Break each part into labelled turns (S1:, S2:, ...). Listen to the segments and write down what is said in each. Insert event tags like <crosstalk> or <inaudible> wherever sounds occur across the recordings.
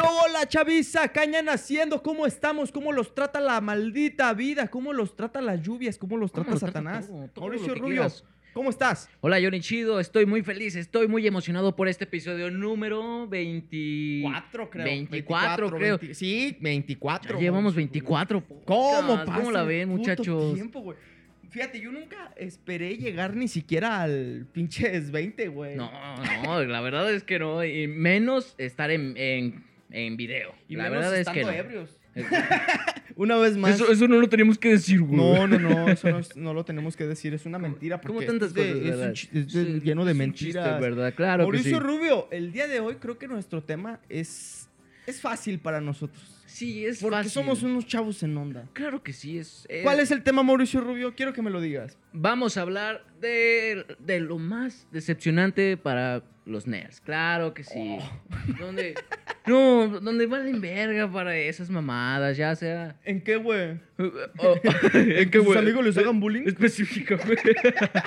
S1: onda, chaviza? Caña naciendo, ¿cómo estamos? ¿Cómo los trata la maldita vida? ¿Cómo los trata las lluvias? ¿Cómo los trata
S2: los trata
S1: Satanás?
S2: todo, todo
S1: Mauricio
S2: lo que
S1: Rubio,
S2: quieras.
S1: ¿cómo estás?
S2: Hola Johnny Chido, estoy muy feliz, estoy muy emocionado por este episodio número 20... 24, creo.
S1: 20 sí,
S2: Ya
S1: 24.
S2: llevamos
S1: Mauricio.
S2: 24.
S1: ¿Cómo
S2: podcasts.
S1: pasa
S2: ¿Cómo la
S1: el
S2: ven,
S1: puto
S2: muchachos?
S1: tiempo, güey? Fíjate, yo nunca esperé llegar ni siquiera al pinches 20, güey.
S2: No, no, la verdad es que no. Y menos estar en, en, en video.
S1: Y
S2: la
S1: menos
S2: verdad es
S1: estando
S2: que no.
S1: ebrios. <laughs>
S2: Es-
S1: Una vez más.
S2: Eso, eso no lo teníamos que decir, güey.
S1: No, no, no, eso no, es- no lo tenemos que decir, es una mentira.
S2: Como
S1: porque
S2: tantas
S1: es de-
S2: cosas,
S1: es un
S2: ¿verdad?
S1: chi- es de-
S2: Sí,
S1: lleno de
S2: es un chiste,
S1: mentiras.
S2: ¿verdad? Claro
S1: Mauricio
S2: que sí.
S1: Rubio, el día de hoy creo que nuestro tema es, es fácil para nosotros.
S2: Sí, es
S1: Porque
S2: fácil. Eh,
S1: somos unos chavos en onda.
S2: Claro que sí, es... es-
S1: ¿Cuál es el tema, Mauricio Rubio? Quiero que me lo digas.
S2: Vamos a hablar de, de lo más decepcionante para los nerds. Claro que sí. Donde, no, donde valen verga para esas mamadas, ya sea...
S1: ¿En qué, güey?
S2: <laughs> Oh,
S1: ¿En
S2: qué,
S1: que sus
S2: güey? <laughs>
S1: amigos les hagan bullying?
S2: Específica, güey.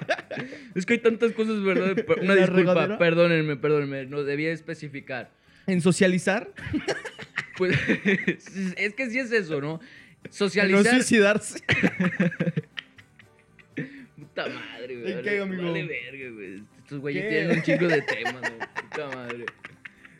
S2: <laughs> es que hay tantas cosas, ¿verdad? Per- Una
S1: ¿La
S2: disculpa,
S1: regadera?
S2: perdónenme, perdónenme. No debía especificar.
S1: ¿En socializar?
S2: Pues <laughs> es es que sí es eso, ¿no?
S1: ¿En no
S2: Socializar.
S1: suicidarse? <laughs>
S2: Puta madre, güey.
S1: ¿En qué,
S2: vale-
S1: amigo?
S2: vale verga, güey. Estos güeyes
S1: ¿Qué?
S2: tienen un chingo de temas, güey. Puta madre.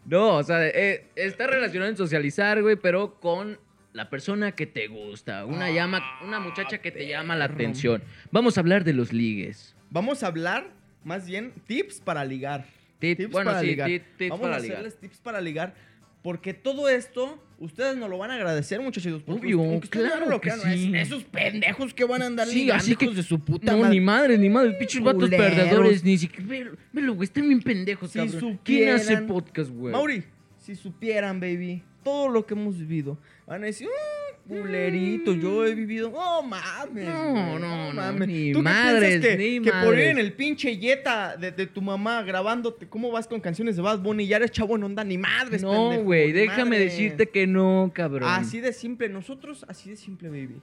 S2: No, o sea, eh, está relacionado en socializar, güey, pero con la persona que te gusta. Una,
S1: Ah,
S2: llama, una muchacha que te llama la
S1: perro.
S2: atención. Vamos a hablar de los ligues.
S1: Vamos a hablar, más bien, tips para ligar.
S2: Tip-
S1: Tips
S2: bueno,
S1: para
S2: sí,
S1: ligar.
S2: ti- tips
S1: Vamos
S2: para
S1: a
S2: ligar.
S1: hacerles tips para ligar. Porque todo esto, ustedes nos lo van a agradecer, muchachitos. porque
S2: Obvio,
S1: aunque ustedes
S2: claro
S1: no lo
S2: que
S1: crean, es-
S2: sí.
S1: Esos pendejos que van a andar
S2: Sí,
S1: ligando,
S2: así que-
S1: hijos de su puta
S2: No,
S1: madre.
S2: ni madre, ni madre, pinches vatos
S1: Culeros.
S2: perdedores, ni siquiera. Velo, velo, güey, están bien pendejos,
S1: Si
S2: cabrón. ¿Quién
S1: supieran-
S2: hace podcast, güey?
S1: Mauri, si supieran, baby, todo lo que hemos vivido, van a decir, "Mm, culerito, yo he vivido. No mames.
S2: No,
S1: güey,
S2: no, no,
S1: mames.
S2: ni
S1: ¿Tú qué
S2: madres,
S1: piensas que,
S2: ni
S1: que por ir
S2: madres.
S1: en el pinche Jetta de, de tu mamá grabándote cómo vas con canciones de Bad Bunny ya eres chavo en onda, ni madres,
S2: No,
S1: pendejo, Ah,
S2: güey,
S1: ni
S2: déjame
S1: madres.
S2: decirte que no, cabrón.
S1: Así de simple, nosotros así de simple, baby.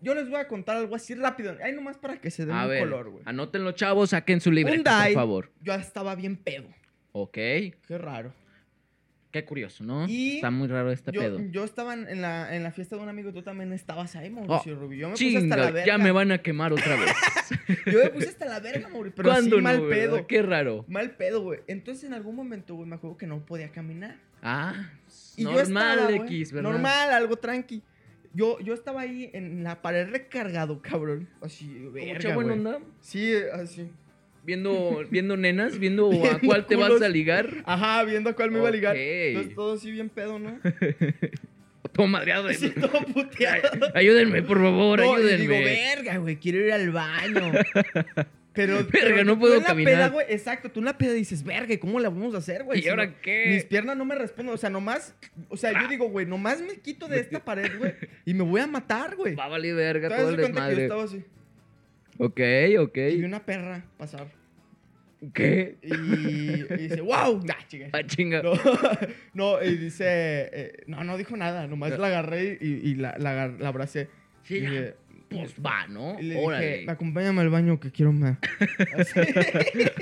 S1: Yo les voy a contar algo así rápido, ahí nomás para que se den
S2: A
S1: un
S2: ver,
S1: color, güey.
S2: anótenlo, chavos, saquen su libreta,
S1: Un dai,
S2: por favor.
S1: yo estaba bien pedo.
S2: Ok,
S1: Qué raro.
S2: qué curioso, ¿no?
S1: Y
S2: Está muy raro este
S1: Yo,
S2: pedo.
S1: yo estaba en en la, en la fiesta de un amigo, tú también estabas ahí, Mauricio
S2: Oh,
S1: Rubio. Yo me puse hasta la
S2: Chinga,
S1: verga.
S2: ya me van a quemar otra vez.
S1: Yo me puse hasta la verga, Mauricio. <laughs> Pero así
S2: <laughs> ¿Cuándo no,
S1: mal
S2: verdad?
S1: pedo.
S2: Qué raro.
S1: Mal pedo, güey. Entonces en algún momento, güey, me acuerdo que no podía caminar.
S2: Ah,
S1: Y yo
S2: normal
S1: estaba, güey,
S2: X, ¿verdad?
S1: Normal, algo tranqui. Yo, yo estaba ahí en la pared recargado, cabrón. Así,
S2: Como
S1: verga,
S2: chavo en
S1: güey.
S2: onda,
S1: Sí, así.
S2: viendo, viendo
S1: <laughs>
S2: nenas, viendo a
S1: Viendo
S2: cuál te vas a
S1: culos.
S2: ligar.
S1: Ajá, viendo a cuál me iba a ligar.
S2: Ok.
S1: Entonces todo así bien pedo, ¿no? <laughs>
S2: Todo madreado.
S1: Así
S2: eh. <laughs>
S1: todo puteado.
S2: Ayúdenme, por favor,
S1: No, y
S2: ayúdenme.
S1: digo, verga, güey, quiero ir al
S2: <laughs>
S1: baño. Pero,
S2: Verga,
S1: pero
S2: no
S1: tú
S2: puedo
S1: en la
S2: caminar.
S1: peda, güey, exacto, tú en la peda dices, verga, ¿y ¿cómo la vamos a hacer, güey?
S2: ¿Y
S1: Si
S2: ahora
S1: no-
S2: qué?
S1: Mis piernas no me responden, o sea, nomás, o sea, yo digo, güey, nomás me quito de esta pared, güey, y me voy a matar, güey.
S2: Va a valer verga
S1: Te
S2: todo
S1: das
S2: el
S1: cuenta que yo
S2: desmadre.
S1: estaba así,
S2: Ok, ok.
S1: y vi una perra pasar,
S2: ¿Qué?
S1: y, y dice,
S2: <laughs>
S1: wow, nah, chinga.
S2: Ah, chinga.
S1: No, <laughs> no, y dice, eh, no, no dijo nada, nomás la agarré y, y la, la, agar- la abracé.
S2: Sí,
S1: Y
S2: ya.
S1: dije,
S2: Pues va, ¿no?
S1: Y le
S2: Órale.
S1: dije, acompáñame al baño que quiero
S2: <laughs>
S1: más.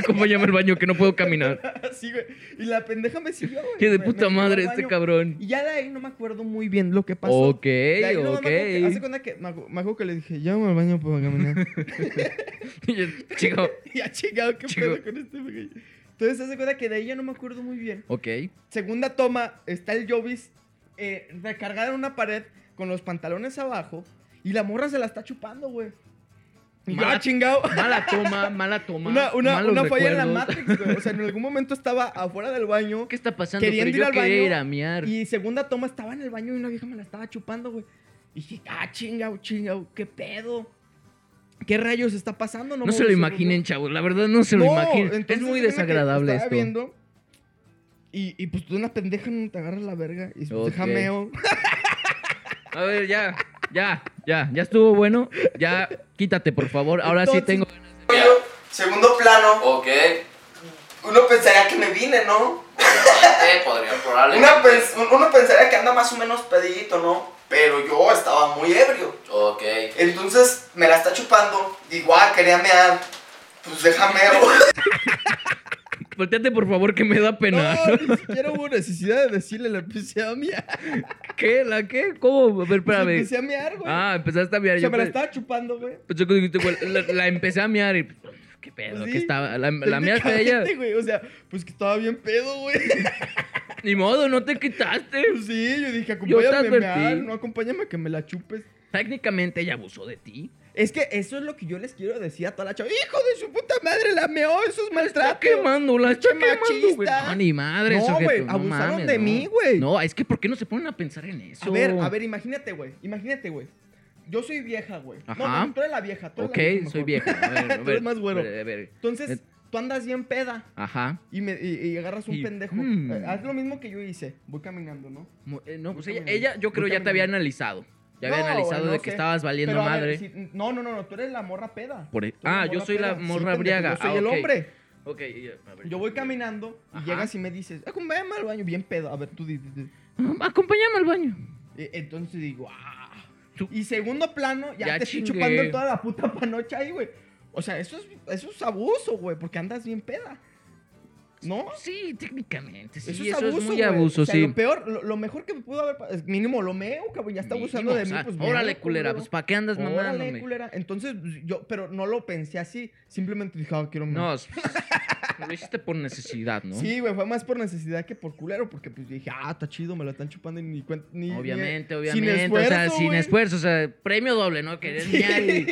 S2: ¿Cómo llama el baño que no puedo caminar?
S1: <laughs> Así, güey. Y la pendeja me siguió, güey.
S2: Qué de
S1: Me-
S2: puta
S1: me llevó
S2: madre
S1: al
S2: este
S1: baño.
S2: cabrón.
S1: Y ya de ahí no me acuerdo muy bien lo que pasó.
S2: Ok,
S1: De ahí nomás me acuerdo que- Hace
S2: <laughs> ok.
S1: cuenta que me acu- me acuerdo que le dije, llámame al baño para
S2: <laughs>
S1: caminar. <laughs>
S2: Chico,
S1: y ha chingado, qué
S2: Chico.
S1: pedo con este güey. Entonces, hace cuenta que de ahí ya no me acuerdo muy bien.
S2: ok.
S1: Segunda toma, está el Jovis eh, recargado en una pared con los pantalones abajo. Y la morra se la está chupando, güey. Y yo,
S2: Mala-
S1: "Ah, chingado.
S2: Mala toma, mala toma.
S1: Una, una,
S2: malos
S1: una falla en la
S2: recuerdos.
S1: Matrix, güey. O sea, en algún momento estaba afuera del baño
S2: ¿Qué está pasando?
S1: Queriendo
S2: Pero yo
S1: ir al baño
S2: quería ir a miar.
S1: y segunda toma estaba en el baño y una vieja me la estaba chupando, güey. Y dije, ah, chingao, chingao, qué pedo. ¿Qué rayos está pasando?
S2: No se lo imaginen, chavos. La verdad, no se lo imaginen. Es muy desagradable
S1: Estaba
S2: esto.
S1: viendo y, y pues tú una pendeja no te agarras la verga y pues,
S2: Ok.
S1: jameo.
S2: A ver, ya, ya, ya. Ya estuvo bueno. Ya, quítate, por favor. Ahora sí
S1: Entonces-
S2: tengo.
S1: Segundo plano,
S2: Ok.
S1: uno pensaría que me vine, ¿no?
S2: podría,
S1: Una pens- un- uno pensaría que anda más o menos pedidito, ¿no? Pero yo estaba muy ebrio.
S2: Ok.
S1: Entonces me "Ah,
S2: <laughs>
S1: <laughs> la está chupando. Igual quería mear. Pues déjame.
S2: Volteate, por favor, que me da pena. <laughs>
S1: No, ni siquiera hubo necesidad de decirle, la empecé a miar.
S2: ¿Qué? ¿La qué? ¿Cómo? A ver,
S1: La
S2: espérame.
S1: Pues empecé a miar, güey.
S2: Ah, empezaste a miar.
S1: o sea,
S2: Yo,
S1: me la
S2: pe-
S1: estaba chupando, güey.
S2: pues yo creo que te- la, la empecé a miar y... pues, ¿Qué pedo?
S1: Pues
S2: ¿Qué
S1: sí,
S2: estaba? ¿La, la miaste a ella?
S1: Técnicamente, güey, O sea, pues que estaba bien pedo,
S2: <laughs>
S1: güey.
S2: Ni modo, no te quitaste.
S1: Pues sí, yo dije,
S2: Yo te
S1: acompáñame a mear,
S2: advertí.
S1: no acompáñame a que me la chupes.
S2: Técnicamente ella abusó de ti.
S1: Es que eso es lo que yo les quiero decir a toda la chava. ¡Hijo de su puta madre! ¡La meó! ¡Eso es
S2: Está
S1: maltrato!
S2: quemando, la está
S1: Pinche
S2: quemando, güey.
S1: machista.
S2: No, ni madre,
S1: No,
S2: sujeto,
S1: güey, abusaron
S2: mames,
S1: de
S2: no.
S1: mí, güey.
S2: No, es que ¿por qué no se ponen a pensar en eso?
S1: A ver, a ver, imagínate, güey. Imagínate, güey. Yo soy vieja, güey.
S2: Ajá.
S1: No, no, tú eres la vieja. Tú eres
S2: Ok,
S1: la vieja mejor.
S2: soy vieja.
S1: <laughs>
S2: A ver, a
S1: Tú
S2: ver,
S1: eres más güero.
S2: A ver, a ver.
S1: Entonces,
S2: Eh.
S1: tú andas bien peda
S2: Ajá.
S1: y, me, y, y agarras un
S2: Y-
S1: pendejo.
S2: mm.
S1: Eh, haz lo mismo que yo hice. Voy caminando, ¿no?
S2: Mu- eh, no, pues
S1: Voy
S2: ella,
S1: caminando.
S2: ella, yo creo
S1: Voy
S2: ya te había
S1: caminando.
S2: analizado. Ya había
S1: No,
S2: analizado
S1: güey, no
S2: de que
S1: sé.
S2: estabas valiendo
S1: Pero, a ver,
S2: madre.
S1: si- no, no, no, no. Tú eres la morra peda.
S2: Por-
S1: Tú eres
S2: ah,
S1: la
S2: yo
S1: morra
S2: soy la
S1: peda. Sí,
S2: morra
S1: pendejo,
S2: briaga.
S1: Yo soy
S2: Ah,
S1: el
S2: ok.
S1: hombre.
S2: Ok, y- a ver,
S1: Yo voy caminando y
S2: Ajá.
S1: llegas y me dices, acompáñame al baño, bien pedo. A ver, tú di, di, di.
S2: Mm, Acompáñame al baño.
S1: Eh, Entonces digo, ah.
S2: Tú-
S1: Y segundo plano, ya,
S2: Ya
S1: te estoy
S2: chingué.
S1: chupando toda la puta panocha ahí, güey. O sea, eso es, eso es abuso, güey, porque andas bien peda. ¿No?
S2: Sí, técnicamente. Sí,
S1: Eso
S2: eso,
S1: es
S2: es,
S1: abuso,
S2: muy
S1: güey.
S2: abuso,
S1: O sea,
S2: sí.
S1: Lo peor, lo, lo mejor que me pudo haber pasado, mínimo lo meo, cabrón, ya está abusando
S2: Mínimo,
S1: de
S2: o
S1: mí,
S2: sea,
S1: pues
S2: Órale,
S1: meo,
S2: culera,
S1: culero.
S2: pues ¿para qué andas
S1: Órale,
S2: mamándome?
S1: culera. Entonces, pues, yo, pero no lo pensé así, simplemente dije, ah, quiero mear.
S2: No, <laughs> s- lo hiciste por necesidad, ¿no?
S1: Sí, güey, fue más por necesidad que por culero, porque pues dije, ah, está chido, me lo están chupando y ni cuenta. Ni, ni-
S2: Obviamente,
S1: sin
S2: obviamente. o sea,
S1: esfuerzo,
S2: sin
S1: güey.
S2: esfuerzo, o sea, premio doble, ¿no? Querer
S1: <laughs>
S2: miar y,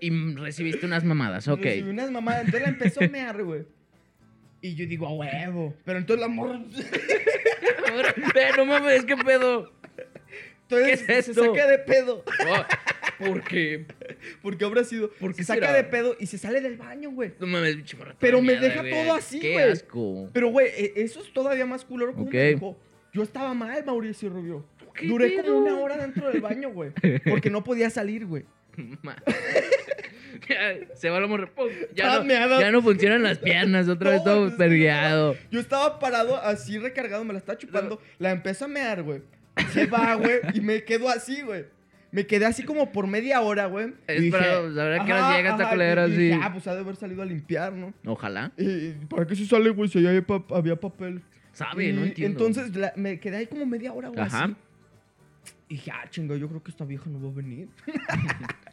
S2: y recibiste unas mamadas, ok.
S1: Recibí unas mamadas. Entonces la empezó a mear, güey. Y yo digo, a huevo. Pero entonces la morra. <laughs> Entonces
S2: Ahora, eh, no mames, qué pedo. es
S1: se
S2: esto?
S1: saca de pedo.
S2: Oh, porque,
S1: Porque habrá sido.
S2: ¿Por
S1: se
S2: qué
S1: saca
S2: será?
S1: de pedo y se sale del baño, güey.
S2: no mames, pinche morra toda
S1: Pero me
S2: miada,
S1: deja
S2: güey.
S1: todo así,
S2: Qué
S1: güey.
S2: asco.
S1: Pero, güey, e- eso es todavía más culero como
S2: Ok.
S1: me dijo. Yo estaba mal, Mauricio Rubio.
S2: ¿Qué
S1: Duré
S2: pedo?
S1: como una hora dentro del baño, güey. Porque no podía salir, güey.
S2: Ma- Ya, se va la morra. pum,
S1: Ah,
S2: Ya, no,
S1: meada.
S2: ya no funcionan las piernas, <laughs>
S1: <laughs>
S2: otra
S1: No,
S2: vez todo
S1: pues, es que no
S2: pergueado.
S1: Yo estaba parado así recargado, me la estaba chupando. La empiezo a mear, güey. Se va, güey. Y me quedo así, güey. Me quedé así como por media hora, güey. y
S2: Es
S1: dije,
S2: para saber a qué hora
S1: ajá,
S2: llega esta
S1: ajá, y-
S2: culera,
S1: y dije,
S2: sí.
S1: Ah, pues ha de haber salido a limpiar, ¿no?
S2: Ojalá.
S1: Y, ¿Para qué se sale, güey? Si allá había, pa- había papel.
S2: Sabe,
S1: Y
S2: Ah, no entiendo.
S1: Entonces la- me quedé ahí como media hora, güey.
S2: Ajá.
S1: así. Y dije, ah, chinga, yo creo que esta vieja no va a venir. <laughs>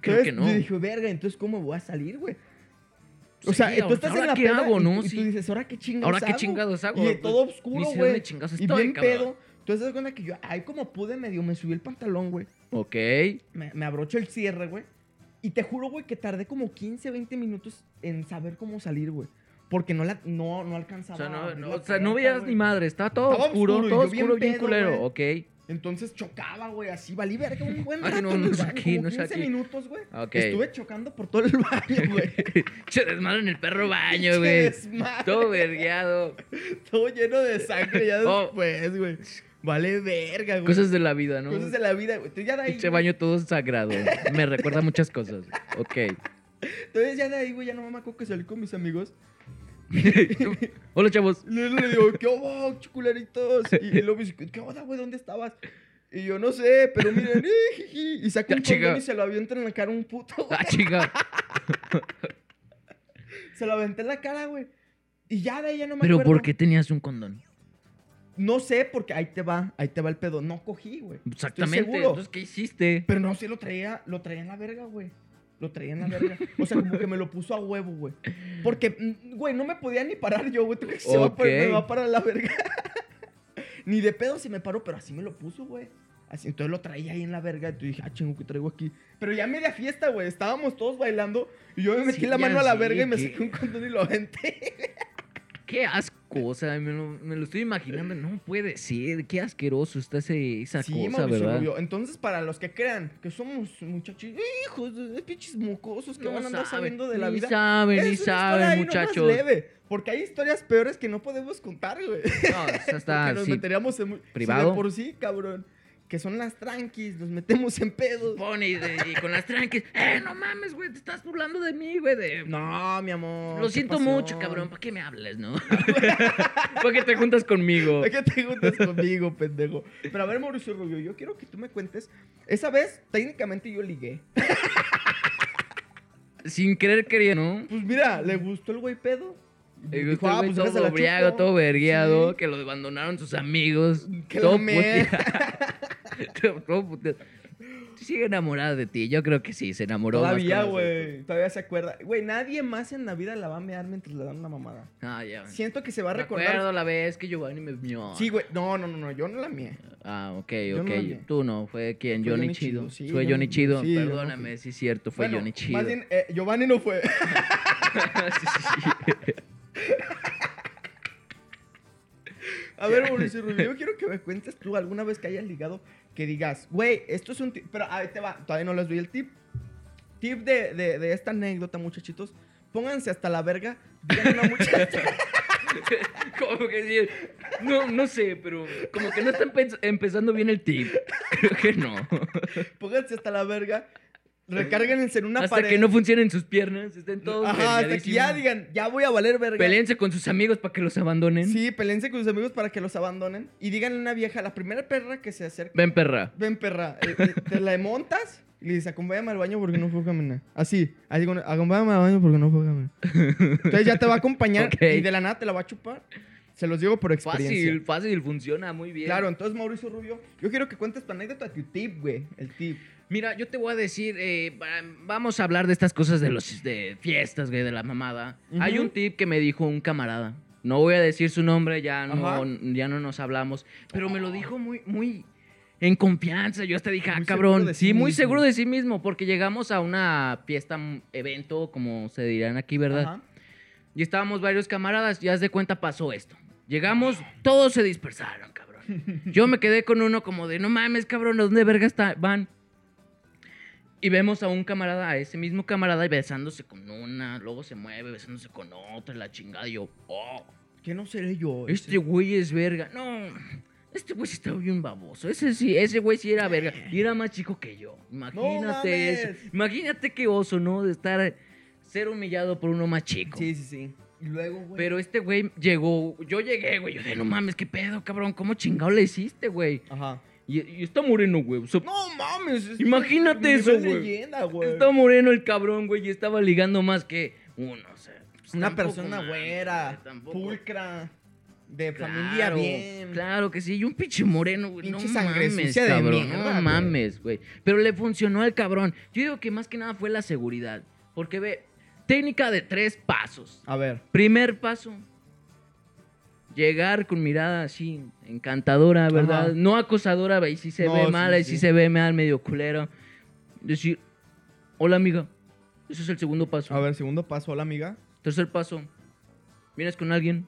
S2: Creo
S1: Entonces,
S2: que no.
S1: Yo dije, verga, entonces, ¿cómo voy a salir, güey? O
S2: Sí,
S1: sea,
S2: o
S1: tú estás
S2: ¿ahora
S1: en la
S2: qué
S1: peda
S2: hago,
S1: y,
S2: no?
S1: y tú
S2: Sí.
S1: dices, ¿ahora qué chingados
S2: ¿Ahora qué
S1: hago?
S2: chingados hago?
S1: Y
S2: Pues,
S1: todo
S2: ni
S1: oscuro,
S2: sé
S1: güey.
S2: dónde chingados
S1: Y
S2: estoy,
S1: bien
S2: cabrón.
S1: pedo. Entonces, das cuenta que yo, ay, como pude, medio me subí el pantalón, güey.
S2: Ok.
S1: Me, me abrocho el cierre, güey. Y te juro, güey, que tardé como 15, 20 minutos en saber cómo salir, güey. Porque no, la, no, no
S2: O
S1: alcanzaba.
S2: sea,
S1: a
S2: no,
S1: abrir
S2: no-
S1: la
S2: o sea, no
S1: puerta,
S2: veías
S1: güey.
S2: ni madre. Estaba todo
S1: Estaba
S2: oscuro,
S1: oscuro y
S2: todo
S1: yo bien
S2: oscuro, bien,
S1: pedo,
S2: culero. Ok.
S1: Entonces chocaba, güey, así, valí verga un buen
S2: <laughs> Ay,
S1: rato.
S2: no,
S1: en
S2: no
S1: el
S2: sé
S1: baño,
S2: qué,
S1: como
S2: no sé
S1: 15
S2: qué.
S1: minutos, güey.
S2: Ok.
S1: Estuve chocando por todo el
S2: <laughs>
S1: baño, güey.
S2: Se desmadre en el perro baño,
S1: Che,
S2: güey.
S1: desmadre.
S2: Todo vergueado.
S1: <laughs> Todo lleno de sangre ya
S2: Oh.
S1: después, güey. Vale verga, güey.
S2: Cosas de la vida, ¿no?
S1: Cosas de la vida, güey. Entonces ya de ahí,
S2: Pinche
S1: güey,
S2: baño todo sagrado. Me recuerda muchas cosas. Ok.
S1: entonces ya de ahí, güey, ya no me acuerdo que salí con mis amigos.
S2: Hola, chavos.
S1: Y luego le digo, ¿qué hubo, chuculeritos? Y, y luego me dice, ¿qué onda, güey? ¿Dónde estabas? Y yo, no sé, pero miren, <laughs> eh, jiji. Y saca
S2: Ya,
S1: un
S2: chica.
S1: condón y se lo avienta en la cara a un puto, güey. <laughs>
S2: Ah, chinga.
S1: Se lo aventé en la cara, güey. Y ya de ahí ya no me
S2: Pero
S1: acuerdo.
S2: ¿por qué tenías un condón?
S1: No sé, porque ahí te va, ahí te va el pedo. No cogí, güey.
S2: Exactamente.
S1: seguro.
S2: Entonces, ¿qué hiciste?
S1: Pero no sé, lo traía, lo traía en la verga, güey. Lo traía en la verga. O sea, como que me lo puso a huevo, güey. Porque, mm, güey, no me podía ni parar yo, güey. ¿Tú crees que se va a parar-
S2: Ok.
S1: me va a parar la verga? <laughs> ni de pedo se me paró, pero así me lo puso, güey. Así, entonces lo traía ahí en la verga. Y tú dije, ah, chingo, ¿qué traigo aquí? Pero ya media fiesta, güey. Estábamos todos bailando. Y yo me metí
S2: Sí,
S1: la mano
S2: ya
S1: a la
S2: sé,
S1: verga y me
S2: ¿qué?
S1: saqué un condón y lo aventé.
S2: Qué asco. O sea, me lo, me lo estoy imaginando. No puede ser. Qué asqueroso está ese, esa cosa,
S1: Mauricio
S2: ¿verdad?
S1: Rubio. Entonces, para los que crean que somos muchachos, hijos de pinches mocosos que
S2: No
S1: van a andar
S2: saben,
S1: sabiendo de la
S2: ni
S1: vida.
S2: saben,
S1: Esa
S2: ni
S1: es una
S2: saben,
S1: historia ahí nomás
S2: muchachos.
S1: leve, porque hay historias peores que no podemos contar, güey.
S2: No, esa
S1: <laughs> Porque
S2: está
S1: nos
S2: así.
S1: meteríamos en... mu- Si
S2: privado.
S1: de por sí, cabrón. Que son las tranquis, nos metemos en pedos.
S2: Pone y, de- y con las tranques. ¡Eh, no mames, güey! Te estás burlando de mí, güey. de-
S1: No, mi amor.
S2: Lo
S1: qué
S2: siento
S1: pasión.
S2: mucho, cabrón. ¿Para qué me hablas, no? <laughs> ¿Para qué te juntas conmigo?
S1: ¿Para qué te juntas conmigo, <laughs> pendejo? Pero a ver, Mauricio Rubio, yo quiero que tú me cuentes. Esa vez, técnicamente yo ligué.
S2: Sin querer queriendo.
S1: Pues mira, le gustó el güey pedo.
S2: Y
S1: Dijo,
S2: este
S1: "Ah,
S2: güey
S1: pues,
S2: todo
S1: déjasela
S2: briago,
S1: chupo".
S2: todo vergueado,
S1: Sí.
S2: que lo abandonaron sus amigos.
S1: Que
S2: todo
S1: la <laughs> mer-
S2: puteado. todo puteado. Sigue enamorada de ti, yo creo que sí, se enamoró. más
S1: Todavía,
S2: con nosotros.
S1: güey. Todavía se acuerda. Güey, nadie más en la vida la va a mear mientras le dan una mamada.
S2: Ah, ya.
S1: Siento que se va a
S2: Me
S1: recordar.
S2: acuerdo la vez que Giovanni me vio.
S1: Sí, güey. No, no, no, no. Yo no la mié.
S2: Ah, ok,
S1: no
S2: ok.
S1: la vi.
S2: Tú no, fue quien,
S1: Fue
S2: Johnny,
S1: Johnny
S2: Chido.
S1: Chido, sí,
S2: fue
S1: yo-
S2: Johnny Chido,
S1: sí, yo no
S2: perdóname,
S1: fui.
S2: sí es cierto, fue
S1: Bueno,
S2: Johnny Chido.
S1: Más bien, eh, Giovanni no fue.
S2: <laughs> Sí, sí, sí. <laughs>
S1: A ver, Mauricio Rubio, yo quiero que me cuentes tú alguna vez que hayas ligado que digas, güey, esto es un tip. Pero ahí te va, todavía no les doy el tip. Tip de, de- de esta anécdota, muchachitos. Pónganse hasta la verga. Digan una muchacha.
S2: como que sí, no, no sé, pero como que no están pens- empezando bien el tip. <laughs> Creo que no.
S1: pónganse hasta la verga. Recárguense en una
S2: Hasta
S1: pared.
S2: que no funcionen sus piernas, estén todos
S1: Ajá, hasta que
S2: vergadísimos.
S1: ya digan, ya voy a valer verga.
S2: Peleense con sus amigos para que los abandonen.
S1: Sí, peleense con sus amigos para que los abandonen. Y díganle a una vieja, la primera perra que se acerque.
S2: Ven, perra.
S1: Ven, perra, eh, eh, te la montas y le dices, acompáñame al baño porque no puedo caminar. Así, así con- acompáñame al baño porque no puedo caminar. Entonces ya te va a acompañar
S2: <laughs> Ok.
S1: y de la nada te la va a chupar. Se los digo por experiencia.
S2: Fácil, fácil, funciona muy bien.
S1: Claro, entonces Mauricio Rubio, yo quiero que cuentes tu anécdota, tu tip, güey. El tip.
S2: Mira, yo te voy a decir, eh, va- vamos a hablar de estas cosas de los de fiestas, güey, de la mamada.
S1: Ujú.
S2: Hay un tip que me dijo un camarada. No voy a decir su nombre, ya
S1: Ajá.
S2: no, ya no nos hablamos. Pero me lo dijo muy, muy en confianza. Yo hasta dije, ah,
S1: Muy seguro
S2: cabrón.
S1: de
S2: sí,
S1: sí
S2: muy
S1: mismo.
S2: seguro de sí mismo. Porque llegamos a una fiesta, un evento, como se dirán aquí, ¿verdad?
S1: Ajá.
S2: Y estábamos varios camaradas y haz de cuenta pasó esto. Llegamos, todos se
S1: <laughs>
S2: dispersaron, cabrón. Yo me quedé con uno como de, no mames, cabrón, ¿a ¿dónde verga está- van? Y vemos a un camarada, a ese mismo camarada, besándose con una, luego se mueve, besándose con otra, la chingada. Y yo, oh,
S1: Que no seré yo.
S2: este güey es verga. No, este güey sí está bien baboso. Ese sí, ese güey sí era verga. Y era más chico que yo. Imagínate eso.
S1: mames.
S2: Imagínate qué oso, ¿no? De estar, ser humillado por uno más chico.
S1: Sí, sí, sí. Y luego, güey.
S2: Pero este güey llegó, yo llegué, güey, yo de no mames, qué pedo, cabrón, ¿cómo chingado le hiciste, güey?
S1: Ajá.
S2: Y, y está moreno, güey, o sea,
S1: No mames. es-
S2: Imagínate
S1: nivel
S2: eso,
S1: de
S2: güey.
S1: leyenda, güey.
S2: está moreno el cabrón, güey, y estaba ligando más que uno, o sea. pues,
S1: Una
S2: tampoco
S1: persona
S2: mames,
S1: güera,
S2: güey, tampoco-
S1: pulcra, de
S2: Claro,
S1: familia bien.
S2: Claro que sí, y un pinche moreno, güey, no
S1: Pinche sangre
S2: mames,
S1: sucia de
S2: cabrón,
S1: mierda,
S2: no
S1: güey.
S2: mames, güey. Pero le funcionó al cabrón. Yo digo que más que nada fue la seguridad, porque ve, técnica de tres pasos.
S1: A ver.
S2: Primer paso. Llegar con mirada así, encantadora, ¿verdad?
S1: Ajá.
S2: No acosadora, ahí sí se
S1: No,
S2: ve
S1: sí,
S2: mal, ahí sí.
S1: sí.
S2: se ve mal, medio culero. Decir, hola amiga. Ese es el segundo paso.
S1: A ver, segundo paso, hola amiga.
S2: <laughs> Tercer paso. Vienes con
S1: <laughs>
S2: alguien.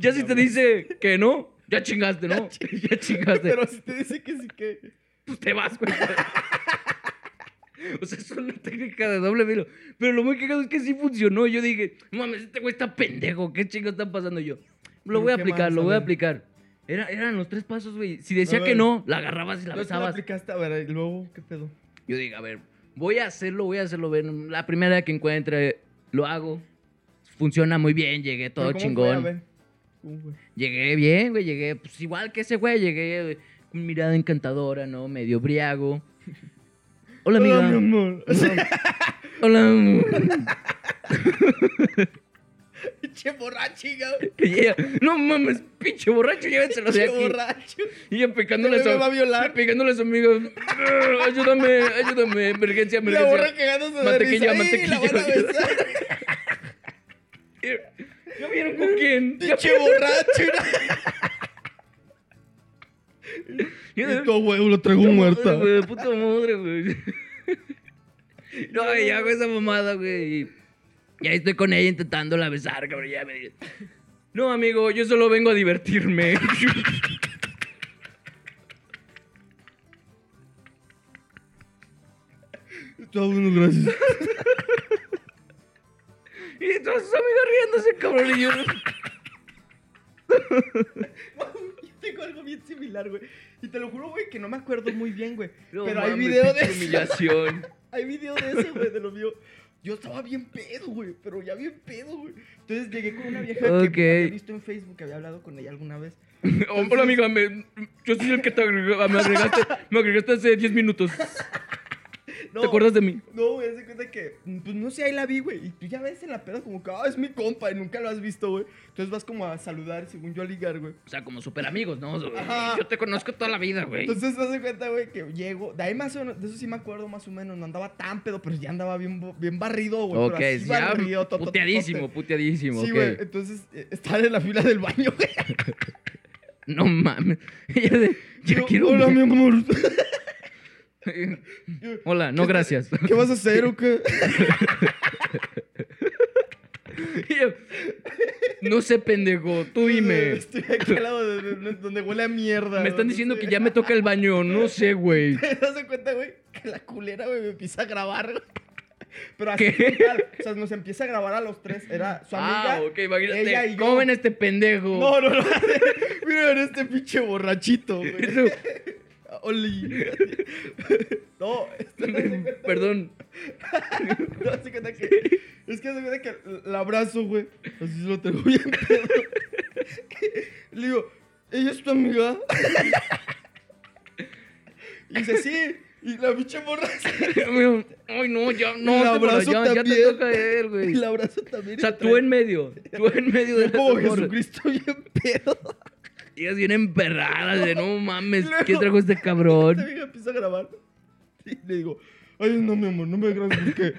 S2: Ya si te dice que no, ya chingaste, ¿no? <laughs> Ya chingaste.
S1: Pero si te dice que sí que.
S2: Pues <laughs> te vas, güey. O sea, es una técnica de doble filo. Pero lo muy cagado es que sí funcionó. Yo dije, "No mames, este güey está pendejo. ¿Qué chingo está pasando yo? Lo
S1: ¿Pero
S2: voy a
S1: qué
S2: aplicar,
S1: más?
S2: lo
S1: A
S2: voy a
S1: ver.
S2: aplicar. Era- eran los tres pasos, güey. Si decía que
S1: ver.
S2: no, la agarrabas y la
S1: No te la
S2: besabas.
S1: aplicaste, a ver, y luego, ¿qué pedo?
S2: Yo dije, a ver, voy a hacerlo, voy a hacerlo. Ver. La primera que encuentre, lo hago. Funciona muy bien, llegué todo
S1: Pero, ¿cómo
S2: chingón.
S1: Fue? A ver. ¿Cómo fue?
S2: Llegué bien, güey, llegué pues igual que ese güey, llegué eh, con mirada encantadora, ¿no? Medio
S1: <laughs>
S2: briago. Hola, amiga.
S1: Hola, mi amor.
S2: <laughs>
S1: <laughs>
S2: Hola. amor. <laughs>
S1: Pinche borrachiga.
S2: Y ella, no mames, pinche borracho, llévenselo de
S1: Pinche
S2: aquí.
S1: borracho.
S2: Y ella picándole a
S1: Este
S2: su
S1: güey me va a violar.
S2: <laughs> Picándole a su amigo. "Arr, Ayúdame, ayúdame, emergencia,
S1: La borra
S2: emergencia.
S1: cagándose de
S2: Mantequilla,
S1: risa. ¡Ay,
S2: <laughs>
S1: la van a
S2: mantequilla.
S1: besar!
S2: ¿Ya vieron con quién? ¿Ya
S1: Pinche borracho.
S2: vieron?
S1: tu abuelo lo traigo
S2: Madre, güey, puta madre, güey. <laughs> No, y ya hago esa mamada, güey. y- Y ahí estoy con ella intentándola besar, cabrón. Ya me dice, No, amigo, yo solo vengo a divertirme. <laughs>
S1: Tu abuelo, gracias.
S2: y todos sus amigos riéndose, cabrón. Y yo.
S1: <laughs> Yo tengo algo bien similar, güey. Y te lo juro, güey, que no me acuerdo muy bien, güey.
S2: "No
S1: Pero hay
S2: mames,
S1: video de
S2: pinche
S1: eso.
S2: humillación.
S1: <laughs> Hay video de eso, güey, de lo mío. Yo estaba bien pedo, güey, pero ya bien pedo, güey. Entonces llegué con una vieja
S2: Ok.
S1: que había visto en Facebook, que había hablado con ella alguna vez.
S2: Oh, <laughs> Hola, amiga, me- yo soy el que te agregó- me agregaste. Me agregaste hace 10 minutos.
S1: No.
S2: ¿Te acuerdas de mí?
S1: No, güey, haz de cuenta que, mm, pues no sé, ahí la vi, güey. Y tú ya ves en la peda como que, ah, es mi compa y nunca lo has visto, güey. Entonces vas como a saludar, según yo, a ligar, güey.
S2: O sea, como super amigos, ¿no?
S1: Ajá.
S2: Yo te conozco toda la vida, güey.
S1: Entonces te das cuenta, güey, que llego. De ahí más o menos, de eso sí me acuerdo más o menos. No andaba tan pedo, pero ya andaba bien, bo- bien barrido, güey.
S2: Ok,
S1: pero así
S2: ya
S1: barrido, totototote.
S2: puteadísimo, puteadísimo,
S1: Sí,
S2: ok.
S1: güey. Entonces, eh, estar en la fila del baño, güey.
S2: No mames. <laughs> Ella de, <laughs> ya
S1: Yo,
S2: quiero...
S1: Hola, mi amor.
S2: Hola, no
S1: ¿Qué-
S2: gracias.
S1: ¿Qué vas a hacer o qué?
S2: Y <laughs> yo, no sé, pendejo, tú
S1: <laughs>
S2: dime.
S1: Estoy aquí al lado de, de- de- donde huele a mierda.
S2: Me están
S1: güey,
S2: diciendo
S1: no <laughs>
S2: que
S1: sé.
S2: ya me toca el baño, no sé, güey.
S1: ¿Te das de cuenta, güey? Que la culera, güey, me empieza a grabar, güey. Pero así,
S2: ¿Qué?
S1: total, O sea, nos empieza a grabar a los tres. Era su amiga.
S2: Ah, ok, imagínate.
S1: ella y yo.
S2: ¿Cómo ven este pendejo?
S1: No, no, no. <laughs> Miren este pinche borrachito, güey.
S2: Eso-
S1: Oli. No, este, no, hace cuenta-
S2: Perdón. <laughs>
S1: no hace cuenta que. Es que hace cuenta que el abrazo, güey. Así se lo tengo bien pedo. Le digo, ¿ella es tu amiga? Y dice, sí. Y la pinche morra se-
S2: Ay, no, ya, no.
S1: El
S2: te-
S1: abrazo
S2: ya, ya te
S1: también.
S2: toca él, güey.
S1: El abrazo también.
S2: O sea, tú en medio. Tú en medio de
S1: Yo como
S2: esta morra.
S1: Jesucristo bien pedo.
S2: Y ellas vienen perradas de no
S1: <laughs>
S2: mames.
S1: Y luego-
S2: ¿Qué trajo este
S1: Esta
S2: cabrón?
S1: vieja empieza a grabar. <laughs> Y le digo, ay, no, mi amor, no me grabes porque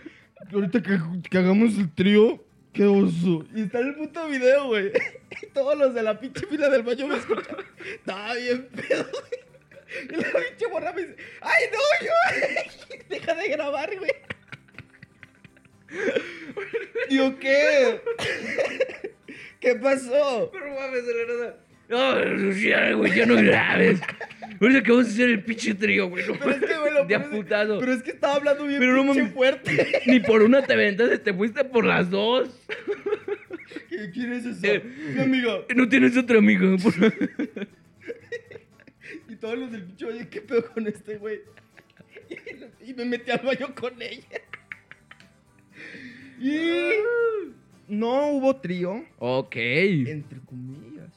S1: ahorita que, que hagamos el trío, qué oso. Y está el puto video, güey. <laughs> Y todos los de la pinche fila del baño me escuchan. <laughs> Estaba bien pedo, güey. Y la pinche borra me dice, ay, no, yo. <laughs> Deja de grabar, güey. <laughs> ¿Y yo qué? <laughs> ¿Qué pasó?
S2: Pero mames, de la nada. No, ya, güey, ya no grabes. Ahorita que vamos a hacer el pinche trío, güey. No
S1: Pero es que, güey, lo
S2: mames, De
S1: peor es-
S2: aputado.
S1: Pero es que estaba hablando bien
S2: Pero no
S1: pinche
S2: mames.
S1: fuerte.
S2: Ni por una te aventaste, te fuiste por las dos.
S1: ¿Qué- ¿Quién es eso?
S2: Eh.
S1: Mi amigo.
S2: No tienes otra amiga. por-
S1: Y todos los del pinche oye, ¿qué pedo con este güey? Y me metí al baño con ella. Y no hubo trío,
S2: Ok.
S1: entre comillas.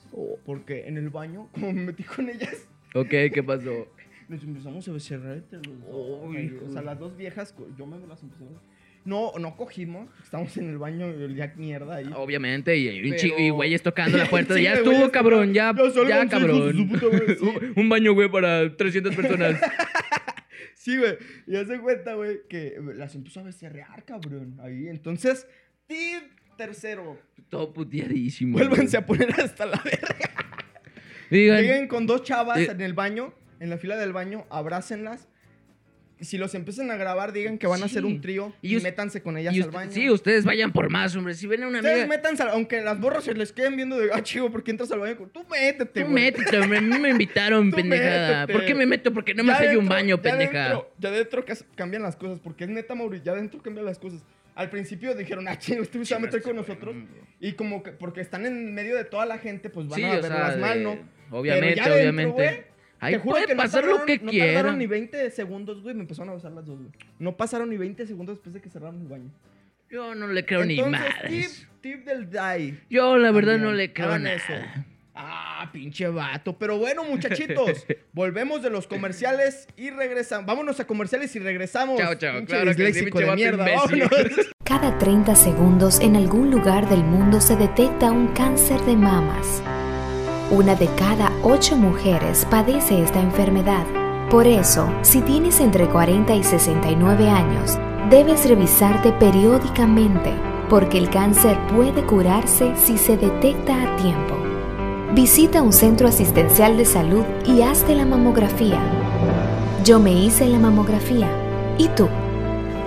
S1: Porque en el baño, como me metí con ellas,
S2: Ok, ¿qué pasó?
S1: nos empezamos a besar los dos.
S2: Uy, hijo.
S1: o sea, las dos viejas, co- yo me las empecé a besar. No, no cogimos. Estamos en el baño y olía mierda
S2: Ah,
S1: ahí.
S2: Obviamente, y, y,
S1: Pero-
S2: chi- y güeyes tocando la puerta.
S1: <laughs>
S2: de,
S1: Sí,
S2: ya
S1: güey,
S2: estuvo,
S1: güeyes
S2: cabrón,
S1: tocando.
S2: ya,
S1: Ya salgan
S2: ya,
S1: sus hijos de
S2: cabrón.
S1: su puta madre, sí.
S2: un, <laughs> un baño, güey, para 300
S1: <laughs>
S2: personas.
S1: Sí, güey. Y hace cuenta, güey, que las empezó a becerrear, cabrón. Ahí. Entonces, tip tercero.
S2: Todo puteadísimo.
S1: Vuélvanse a poner hasta la verga.
S2: Digan,
S1: Lleguen con dos chavas
S2: Eh.
S1: en el baño, en la fila del baño, abrácenlas. Y Si los empiezan a grabar, digan que van a hacer
S2: Sí.
S1: un trío
S2: Y
S1: y,
S2: us-
S1: métanse con ellas
S2: y
S1: al
S2: usted-
S1: baño.
S2: sí, ustedes vayan por más, hombre. Si ven a una
S1: Ustedes
S2: amiga,
S1: métanse, al- aunque las borras se les queden viendo de, ah, chivo, ¿por qué entras al baño? Tú métete,
S2: tú
S1: güey.
S2: métete, hombre. A mí me
S1: <laughs>
S2: invitaron,
S1: Tú
S2: pendejada.
S1: métete.
S2: ¿Por qué me meto? Porque no
S1: Ya
S2: más hay un
S1: dentro-
S2: baño,
S1: ya
S2: pendeja.
S1: dentro- ya dentro cas- cambian las cosas, porque es neta, Mauri, ya dentro cambian las cosas. Al principio dijeron, ah, chingo, este güey se va a meter con nosotros. Y como que, porque están en medio de toda la gente, pues van
S2: Sí,
S1: a
S2: o
S1: verlas
S2: sea, de-
S1: mal, ¿no?
S2: obviamente,
S1: Pero ya dentro,
S2: obviamente.
S1: güey,
S2: Ahí
S1: Te juro
S2: puede
S1: que no
S2: pasar lo
S1: tardaron-
S2: que
S1: No tardaron
S2: quieran.
S1: ni 20 segundos, güey, me empezaron a besar las dos, güey. No pasaron ni 20 segundos después de que cerraron el baño.
S2: Yo no le creo ni
S1: Entonces,
S2: madres.
S1: tip, tip del die.
S2: Yo la verdad no
S1: También.
S2: le creo
S1: Hagan
S2: nada.
S1: eso. Ah, pinche vato. Pero bueno,
S2: <laughs>
S1: muchachitos, volvemos de los comerciales y regresamos. Vámonos a comerciales y regresamos.
S2: Chao, chao.
S1: Pinche
S2: Claro que sí,
S1: disléxico
S2: pinche
S1: de
S2: vato
S1: mierda.
S2: imbécil.
S1: Vámonos.
S3: Cada 30 segundos en algún lugar del mundo se detecta un cáncer de mamas. Una de cada 8 mujeres padece esta enfermedad. Por eso, si tienes entre 40 y 69 años, debes revisarte periódicamente, porque el cáncer puede curarse si se detecta a tiempo. Visita un centro asistencial de salud y hazte la mamografía. Yo me hice la mamografía. ¿Y tú?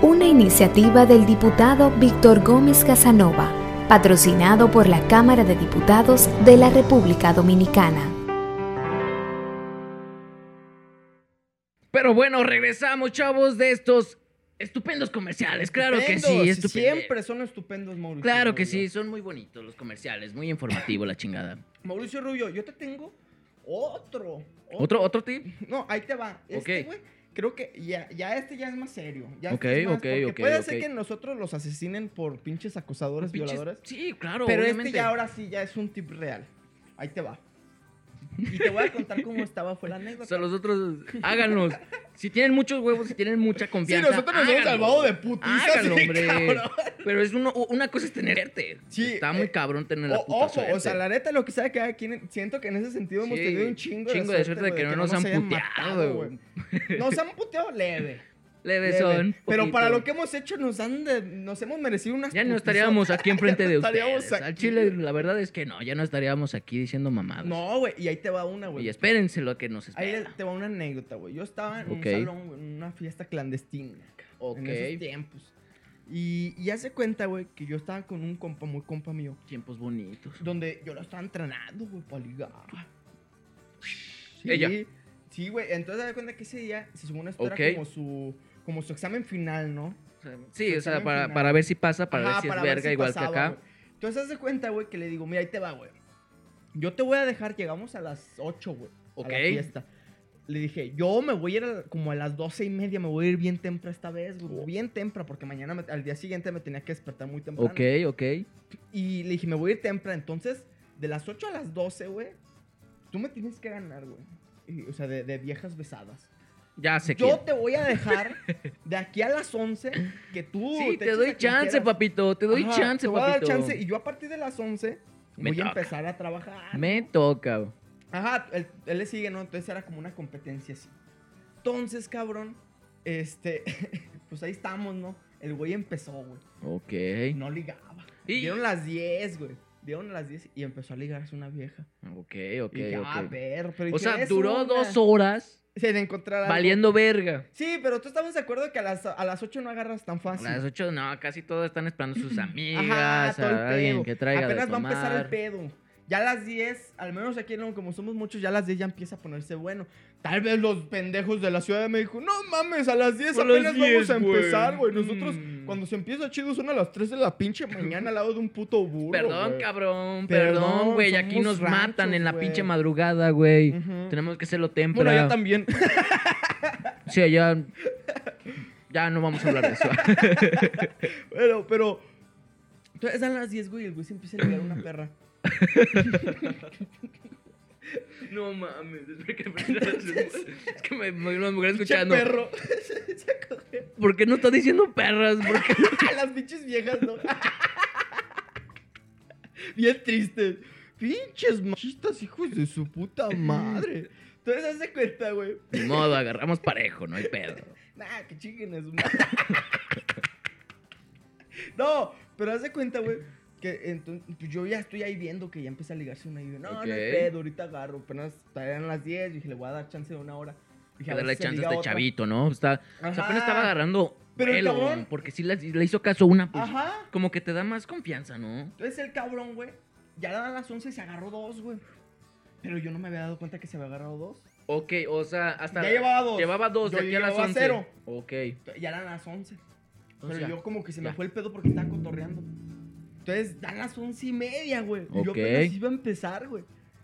S3: una iniciativa del diputado Víctor Gómez Casanova, patrocinado por la Cámara de Diputados de la República Dominicana.
S2: Pero bueno, regresamos, chavos, de estos estupendos comerciales. <laughs> Claro que sí,
S1: Estupendos.
S2: estupendos.
S1: Siempre son estupendos, Mauricio.
S2: Claro que sí,
S1: Rubio.
S2: son muy bonitos los comerciales, muy informativo
S1: <laughs>
S2: la chingada.
S1: Mauricio Rubio, yo te tengo otro.
S2: ¿Otro, otro tip?
S1: No, ahí te va. Este,
S2: Ok.
S1: güey, creo que ya, ya este ya es más serio. Ya este
S2: Ok,
S1: es más,
S2: ok,
S1: porque
S2: ok,
S1: Puede
S2: ok.
S1: ser que nosotros los asesinen por pinches acosadores,
S2: Pinches-
S1: violadores.
S2: Sí, claro,
S1: Pero
S2: obviamente.
S1: este ya ahora sí ya es un tip real. Ahí te va. Y te voy a contar
S2: <laughs>
S1: cómo estaba, fue la
S2: O
S1: anécdota.
S2: sea, los otros, háganlos. Si tienen muchos huevos, si tienen mucha
S1: Sí,
S2: confianza.
S1: nosotros nos hemos
S2: háganlo.
S1: salvado de putizas.
S2: Háganlo,
S1: sí, <laughs>
S2: hombre.
S1: cabrón.
S2: Pero es uno, una cosa es tenerte.
S1: Sí,
S2: Está muy
S1: eh,
S2: cabrón tener la
S1: O-
S2: puta
S1: ojo,
S2: suerte.
S1: o sea, la neta, lo que sabe que cada quien, siento que en ese sentido hemos
S2: Sí,
S1: tenido un
S2: güey.
S1: chingo,
S2: Chingo de suerte de
S1: güey,
S2: que no nos han
S1: hayan
S2: puteado,
S1: matado,
S2: güey.
S1: güey. Nos han puteado leve.
S2: <laughs> Leves
S1: leve.
S2: son.
S1: Pero para
S2: poquito.
S1: lo que hemos hecho, nos han de- nos hemos merecido unas
S2: Ya no
S1: putizotas.
S2: estaríamos aquí
S1: <laughs> Ya
S2: enfrente
S1: no
S2: de
S1: estaríamos
S2: ustedes. Al
S1: aquí,
S2: chile,
S1: güey.
S2: la verdad es que no, ya no estaríamos aquí diciendo mamadas.
S1: No, güey, y ahí te va una,
S2: Y
S1: güey.
S2: espérense lo que nos espera.
S1: Ahí te va una anécdota, güey. Yo estaba en
S2: Ok.
S1: un salón, güey, en una fiesta clandestina. cabrón, En esos
S2: Ok.
S1: tiempos. Y, y hace cuenta, güey, que yo estaba con un compa, muy compa mío,
S2: Tiempos bonitos.
S1: donde yo lo estaba entrenando, güey, para ligar. Sí,
S2: Ella.
S1: Sí, güey. Entonces, da cuenta que ese día, se supone esto
S2: Ok.
S1: era como su, como su examen final, ¿no?
S2: O sea, Sí, o sea,
S1: Examen
S2: para,
S1: final.
S2: para ver si pasa, para
S1: Ajá,
S2: ver si es
S1: para
S2: verga,
S1: si
S2: igual
S1: pasaba,
S2: que acá.
S1: güey. Entonces, haz de cuenta, güey, que le digo, mira, ahí te va, güey. Yo te voy a dejar, llegamos a las 8, güey.
S2: Ok.
S1: A la fiesta. Le dije, yo me voy a ir a- como a las doce y media, me voy a ir bien temprano esta vez, güey.
S2: Oh.
S1: Bien temprano, porque mañana, me- al día siguiente me tenía que despertar muy temprano.
S2: Ok, ok.
S1: Y le dije, me voy a ir temprano. Entonces, de las 8 a las 12, güey, tú me tienes que ganar, güey. Y, O sea, de, de viejas besadas.
S2: Ya sé
S1: Yo
S2: quién.
S1: te voy a
S2: <laughs>
S1: dejar de aquí a las 11 que tú.
S2: Sí, te
S1: eches a
S2: doy
S1: quien
S2: chance,
S1: quieras.
S2: papito. Te doy
S1: Ajá,
S2: chance,
S1: te voy a dar
S2: papito.
S1: chance. Y yo a partir de las 11
S2: Me
S1: voy a
S2: toca.
S1: empezar a trabajar.
S2: Me toca.
S1: Ajá, él, él le sigue, ¿no? Entonces era como una competencia así. Entonces, cabrón, este, <laughs> pues ahí estamos, ¿no? El güey empezó, güey.
S2: Ok.
S1: No ligaba.
S2: Y-
S1: Dieron las 10, güey. Dieron las 10 y empezó a ligarse una vieja.
S2: Ok, ok,
S1: Y dije, ah,
S2: ok.
S1: ver, pero dije,
S2: O sea,
S1: es
S2: duró
S1: una.
S2: dos horas
S1: Sí, de encontrar algo.
S2: valiendo verga.
S1: Sí, pero tú estamos de acuerdo que a las, a las 8 no agarras tan
S2: A
S1: fácil.
S2: las ocho, no, casi todos están esperando sus
S1: Ah, <clears throat> Ajá,
S2: amigas,
S1: todo el
S2: a alguien
S1: pedo.
S2: que traiga
S1: Apenas
S2: de
S1: va a empezar el
S2: tomar.
S1: pedo. Ya a las 10, al menos aquí no, como somos muchos, ya a las 10 ya empieza a ponerse bueno. Tal vez los pendejos de la Ciudad de México, no mames, a las 10
S2: A las
S1: apenas vamos
S2: 10,
S1: a empezar, güey.
S2: güey.
S1: Nosotros,
S2: Mm.
S1: cuando se empieza chido, son a las 3 de la pinche mañana al lado de un puto burro.
S2: Perdón,
S1: güey.
S2: cabrón,
S1: Perdón,
S2: perdón, güey. Aquí
S1: somos
S2: nos matan
S1: ranchos,
S2: en la
S1: güey.
S2: pinche madrugada, güey.
S1: Ujú.
S2: Tenemos que hacerlo temprano.
S1: Bueno, yo también. <laughs>
S2: Sí, ya. Ya no vamos a hablar
S1: <laughs>
S2: de eso. <laughs>
S1: pero, pero. Entonces a las 10, güey, el güey se empieza a ligar una
S2: <laughs>
S1: perra.
S2: no mames, es porque
S1: <laughs>
S2: <laughs> es que me, me- las mujeres
S1: Pinche
S2: escuchando.
S1: perro. <laughs> Se coge
S2: ¿Por qué no está diciendo perras? ¿Por qué?
S1: a <laughs> las pinches viejas, ¿no? Bien tristes. Pinches machistas, hijos de su puta madre. Entonces hace cuenta, güey.
S2: <laughs> Ni modo, agarramos parejo, no hay pedo.
S1: Nah, que chinguen a su madre. <laughs> No, pero haz de cuenta, güey. Que entonces, pues, yo ya estoy ahí viendo que ya empieza a ligarse una y yo, no, no hay
S2: Ok.
S1: pedo, ahorita agarro, apenas estarían las 10, dije, le voy a dar chance de una hora.
S2: Hay
S1: Dije,
S2: que
S1: a ver si
S2: darle
S1: se
S2: chance a
S1: liga
S2: este
S1: otra.
S2: chavito, ¿no? Está, o sea,
S1: Ajá.
S2: apenas estaba agarrando
S1: Pero el
S2: vuelo,
S1: cabrón-
S2: porque sí le, le hizo caso una, pues,
S1: Ajá.
S2: como que te da más confianza, ¿no?
S1: Entonces el cabrón, güey, ya eran las 11 y se agarró dos, güey. Pero yo no me había dado cuenta que se había agarrado dos.
S2: Ok, o sea, hasta...
S1: Ya llevaba dos.
S2: Llevaba dos de
S1: Yo
S2: aquí a las
S1: llevaba
S2: 11.
S1: cero.
S2: Ok.
S1: Ya eran las 11. Pero
S2: ya.
S1: yo como que se me
S2: ya.
S1: fue el pedo porque estaba cotorreando. Entonces, dan las once y media, güey. Y Yo
S2: Ok.
S1: apenas iba a empezar, güey.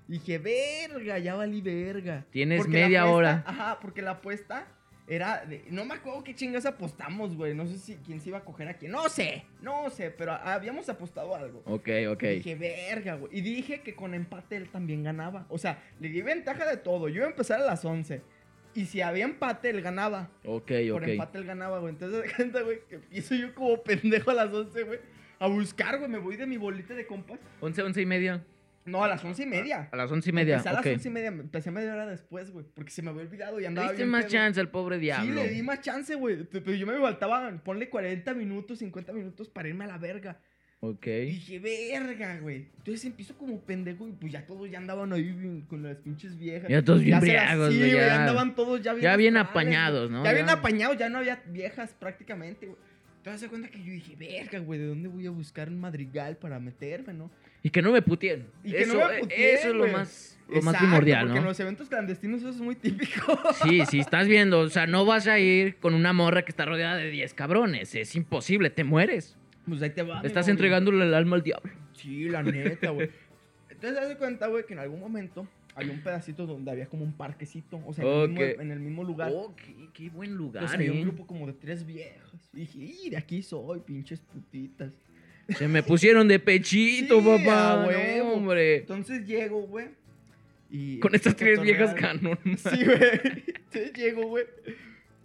S1: Y dije, verga, ya valí verga.
S2: Tienes
S1: la
S2: media
S1: apuesta-
S2: hora.
S1: Ajá, porque la apuesta era de- No me acuerdo qué chingas apostamos, güey. No sé si quién se iba a coger a quién. No sé, no sé, pero habíamos apostado algo.
S2: Ok, ok.
S1: Dije, verga, güey. Y dije que con empate él también ganaba. O sea, le di ventaja de todo. Yo iba a empezar a las 11. Y si había empate, él ganaba.
S2: Ok,
S1: Por
S2: ok.
S1: empate él ganaba, güey. Entonces, <laughs> de cuenta, güey, que empiezo yo como pendejo a las 11, güey. A buscar, güey. Me voy de mi bolita de compas.
S2: Once, once y media.
S1: No, a las 11 y media.
S2: A las once y media,
S1: Empecé a las
S2: ok.
S1: 11 y media. Empecé media hora después, güey. Porque se me había olvidado y
S2: Le
S1: andaba
S2: diste
S1: bien
S2: más
S1: pedo.
S2: chance al pobre
S1: Sí,
S2: diablo.
S1: le di más chance, güey. T- Pero yo me faltaban, ponle 40 minutos, 50 minutos para irme a la verga.
S2: Ok.
S1: Y dije, verga, güey. Entonces empiezo como pendejo y pues ya todos ya andaban ahí bien- con las pinches viejas.
S2: Ya todos bien
S1: se las-
S2: briagos,
S1: sí,
S2: güey,
S1: güey,
S2: ya.
S1: andaban todos ya bien.
S2: Ya bien
S1: astrales,
S2: apañados,
S1: güey.
S2: ¿no?
S1: Ya, bien
S2: Ya.
S1: apañados, ya no había viejas prácticamente, güey. Entonces se cuenta que yo dije, verga, güey, ¿de dónde voy a buscar un madrigal para meterme, no?
S2: Y que no me putien.
S1: Y que
S2: eso,
S1: no me
S2: eh,
S1: putien,
S2: eso es lo
S1: güey.
S2: más, lo más
S1: Exacto,
S2: primordial,
S1: Porque en
S2: ¿no?
S1: los eventos clandestinos eso es muy típico. <laughs>
S2: Sí, sí, estás viendo. O sea, no vas a ir con una morra que está rodeada de 10 cabrones. Es imposible, te mueres.
S1: Pues ahí te va. mi
S2: estás
S1: morri.
S2: entregándole el alma al diablo.
S1: Sí, la neta, güey. Entonces, haz de cuenta, güey, que en algún momento había un pedacito donde había como un parquecito. O sea, en, el,
S2: Ok.
S1: mismo, en el mismo lugar.
S2: Oh, qué, qué buen lugar,
S1: Entonces había un
S2: eh.
S1: grupo como de tres viejas. Y dije, "Y, de aquí soy, pinches putitas.
S2: Se me pusieron de pechito,
S1: Sí, a
S2: papá. No,
S1: huevo.
S2: hombre.
S1: Entonces llego, güey. Y
S2: Con
S1: empiezo
S2: estas
S1: a
S2: tres viejas
S1: cotorrear.
S2: ganó.
S1: Sí, güey. <laughs> Entonces llego, güey.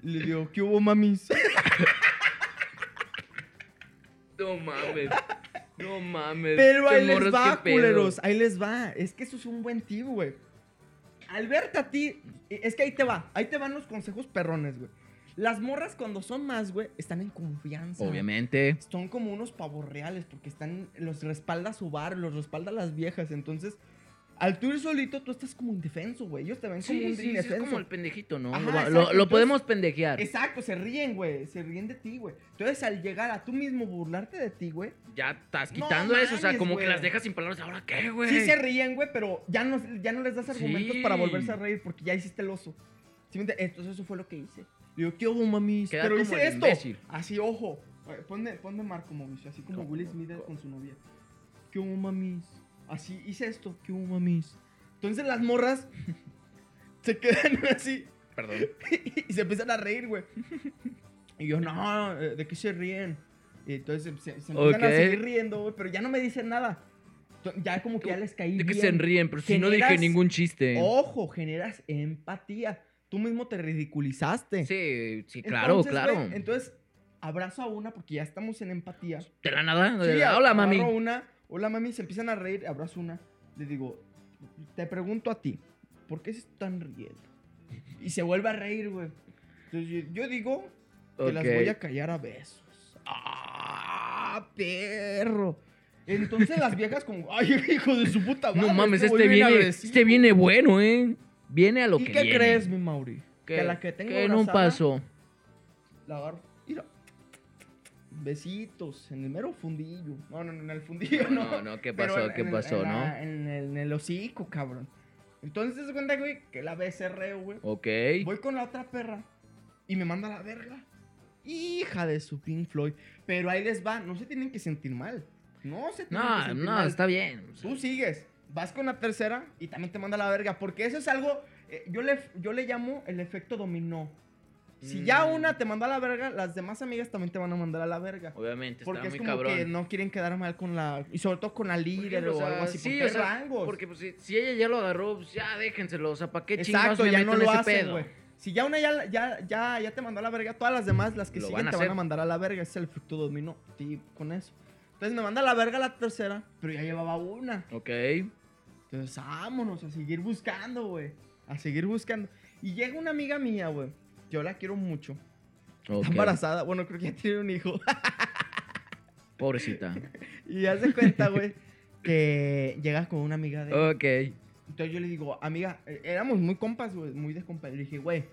S1: Le digo, ¿qué hubo, mamis?
S2: <laughs> No mames. No mames.
S1: Pero
S2: Qué
S1: ahí les
S2: morros,
S1: va,
S2: qué pedo.
S1: culeros. Ahí les va. Es que eso es un buen tip, güey. Alberta a ti. e, Es que ahí te va. Ahí te van los consejos perrones, güey. Las morras cuando son más, güey, están en confianza.
S2: Obviamente.
S1: Son como unos pavos reales porque están. Los respalda su bar, los respalda las viejas. Entonces, al tú ir solito, tú estás como indefenso, güey. Ellos te ven como
S2: Sí,
S1: un
S2: sí, sí, es
S1: indefenso.
S2: como el pendejito, ¿no?
S1: Ajá,
S2: lo, va-
S1: exacto,
S2: lo- lo
S1: entonces-
S2: podemos pendejear.
S1: Exacto, se ríen, güey. Se ríen de ti, güey. Entonces, al llegar a tú mismo burlarte de ti, güey,
S2: Ya estás
S1: No
S2: quitando eso, o sea,
S1: mames,
S2: como
S1: güey.
S2: que las dejas sin palabras. ¿Ahora qué, güey?
S1: Sí se ríen, güey, pero ya no, ya no les das argumentos
S2: Sí.
S1: para volverse a reír porque ya hiciste el oso. ¿Sí me entiendes? Entonces eso fue lo que hice. Le digo, ¿qué hubo, mami?
S2: Queda
S1: pero
S2: como
S1: hice
S2: el
S1: esto.
S2: imbécil.
S1: Así, ojo. Eh, Ponme, ponme Marco Mauricio, así como
S2: ¿Cómo?
S1: Will Smith con su novia. ¿Qué hubo, mamis? Así, hice esto. ¿Qué hubo, mamis? Entonces las morras <laughs> se quedan <laughs> así
S2: Perdón.
S1: <laughs> y se empiezan a reír, güey. Y yo, no, eh, ¿de qué se ríen? Y entonces se, se empiezan
S2: Ok.
S1: a seguir riendo, güey, pero ya no me dicen nada. To- Ya como que ya les caí
S2: De que se
S1: bien.
S2: ríen, pero si no dije
S1: Generas- Oh.
S2: ningún chiste.
S1: Ojo, generas empatía. Tú mismo te ridiculizaste.
S2: Sí, sí, claro,
S1: Entonces,
S2: claro.
S1: güey, entonces, abrazo a una porque ya estamos en empatía.
S2: de la nada.
S1: Sí,
S2: de- Hola,
S1: agarro
S2: mami.
S1: una, hola, mami. Se empiezan a reír, abrazo una. Le digo, te pregunto a ti, ¿por qué se están riendo? Y se vuelve a reír, güey. Entonces yo, yo digo que las
S2: Ok.
S1: voy a callar a besos. ¡Ah, perro! Entonces las viejas como, ay, <laughs> hijo de su <laughs> puta madre.
S2: No mames,
S1: güey
S2: este
S1: bien
S2: viene,
S1: agresivo".
S2: este viene bueno, ¿eh? Viene a lo
S1: ¿Y
S2: que
S1: qué
S2: viene.
S1: crees, mi Mauri?
S2: Que,
S1: la que tengo
S2: que no
S1: abrazada,
S2: pasó.
S1: La agarro. Mira. Besitos en el mero fundillo. No, no, no, en el fundillo, no.
S2: No, no, ¿qué
S1: Pero
S2: pasó?
S1: en-
S2: ¿Qué
S1: en el-
S2: pasó,
S1: en
S2: no?
S1: la- en, el, en el hocico, cabrón. Entonces, se cuenta, güey, que la becerreo, güey.
S2: Ok.
S1: Voy con la otra perra y me manda a la verga. Hija de su Pink Floyd. Pero ahí les va, no se tienen que sentir mal. No se tienen que
S2: No,
S1: sentir
S2: no,
S1: mal.
S2: está bien. o sea,
S1: Tú sigues, vas con la tercera y también te manda a la verga. Porque eso es algo, eh, yo, le, yo le llamo el efecto dominó. Si ya
S2: Mm.
S1: una te mandó a la verga, las demás amigas también te van a mandar a la verga.
S2: Obviamente, está
S1: Porque es
S2: muy
S1: como que
S2: cabrón.
S1: no quieren quedar mal con la. Y sobre todo con la
S2: Por
S1: líder
S2: ejemplo,
S1: o,
S2: o sea,
S1: algo así.
S2: sí,
S1: porque
S2: o
S1: hay
S2: sea,
S1: rangos.
S2: Porque pues, si, si ella ya lo agarró, pues ya déjenselo. O sea, ¿para qué chingados
S1: Exacto,
S2: me
S1: ya
S2: meto
S1: no
S2: en
S1: lo
S2: ese
S1: hacen,
S2: pedo?
S1: güey. Si ya una ya, ya, ya, ya te mandó a la verga, todas las demás, las que
S2: Lo
S1: siguen,
S2: van a
S1: te van a
S2: hacer.
S1: mandar a la verga. Ese es el efecto dominó. Tip con eso. Entonces me manda a la verga la tercera, pero ya llevaba una.
S2: Ok.
S1: Entonces, vámonos a seguir buscando, güey. A seguir buscando. Y llega una amiga mía, güey. Yo la quiero mucho.
S2: ok.
S1: Está embarazada. Bueno, creo que ya tiene un hijo. <laughs>
S2: Pobrecita.
S1: y hace cuenta, güey, que llega con una amiga de ella.
S2: Ok.
S1: Entonces yo le digo, amiga, eh, éramos muy compas, güey, muy de compas. Le dije, güey,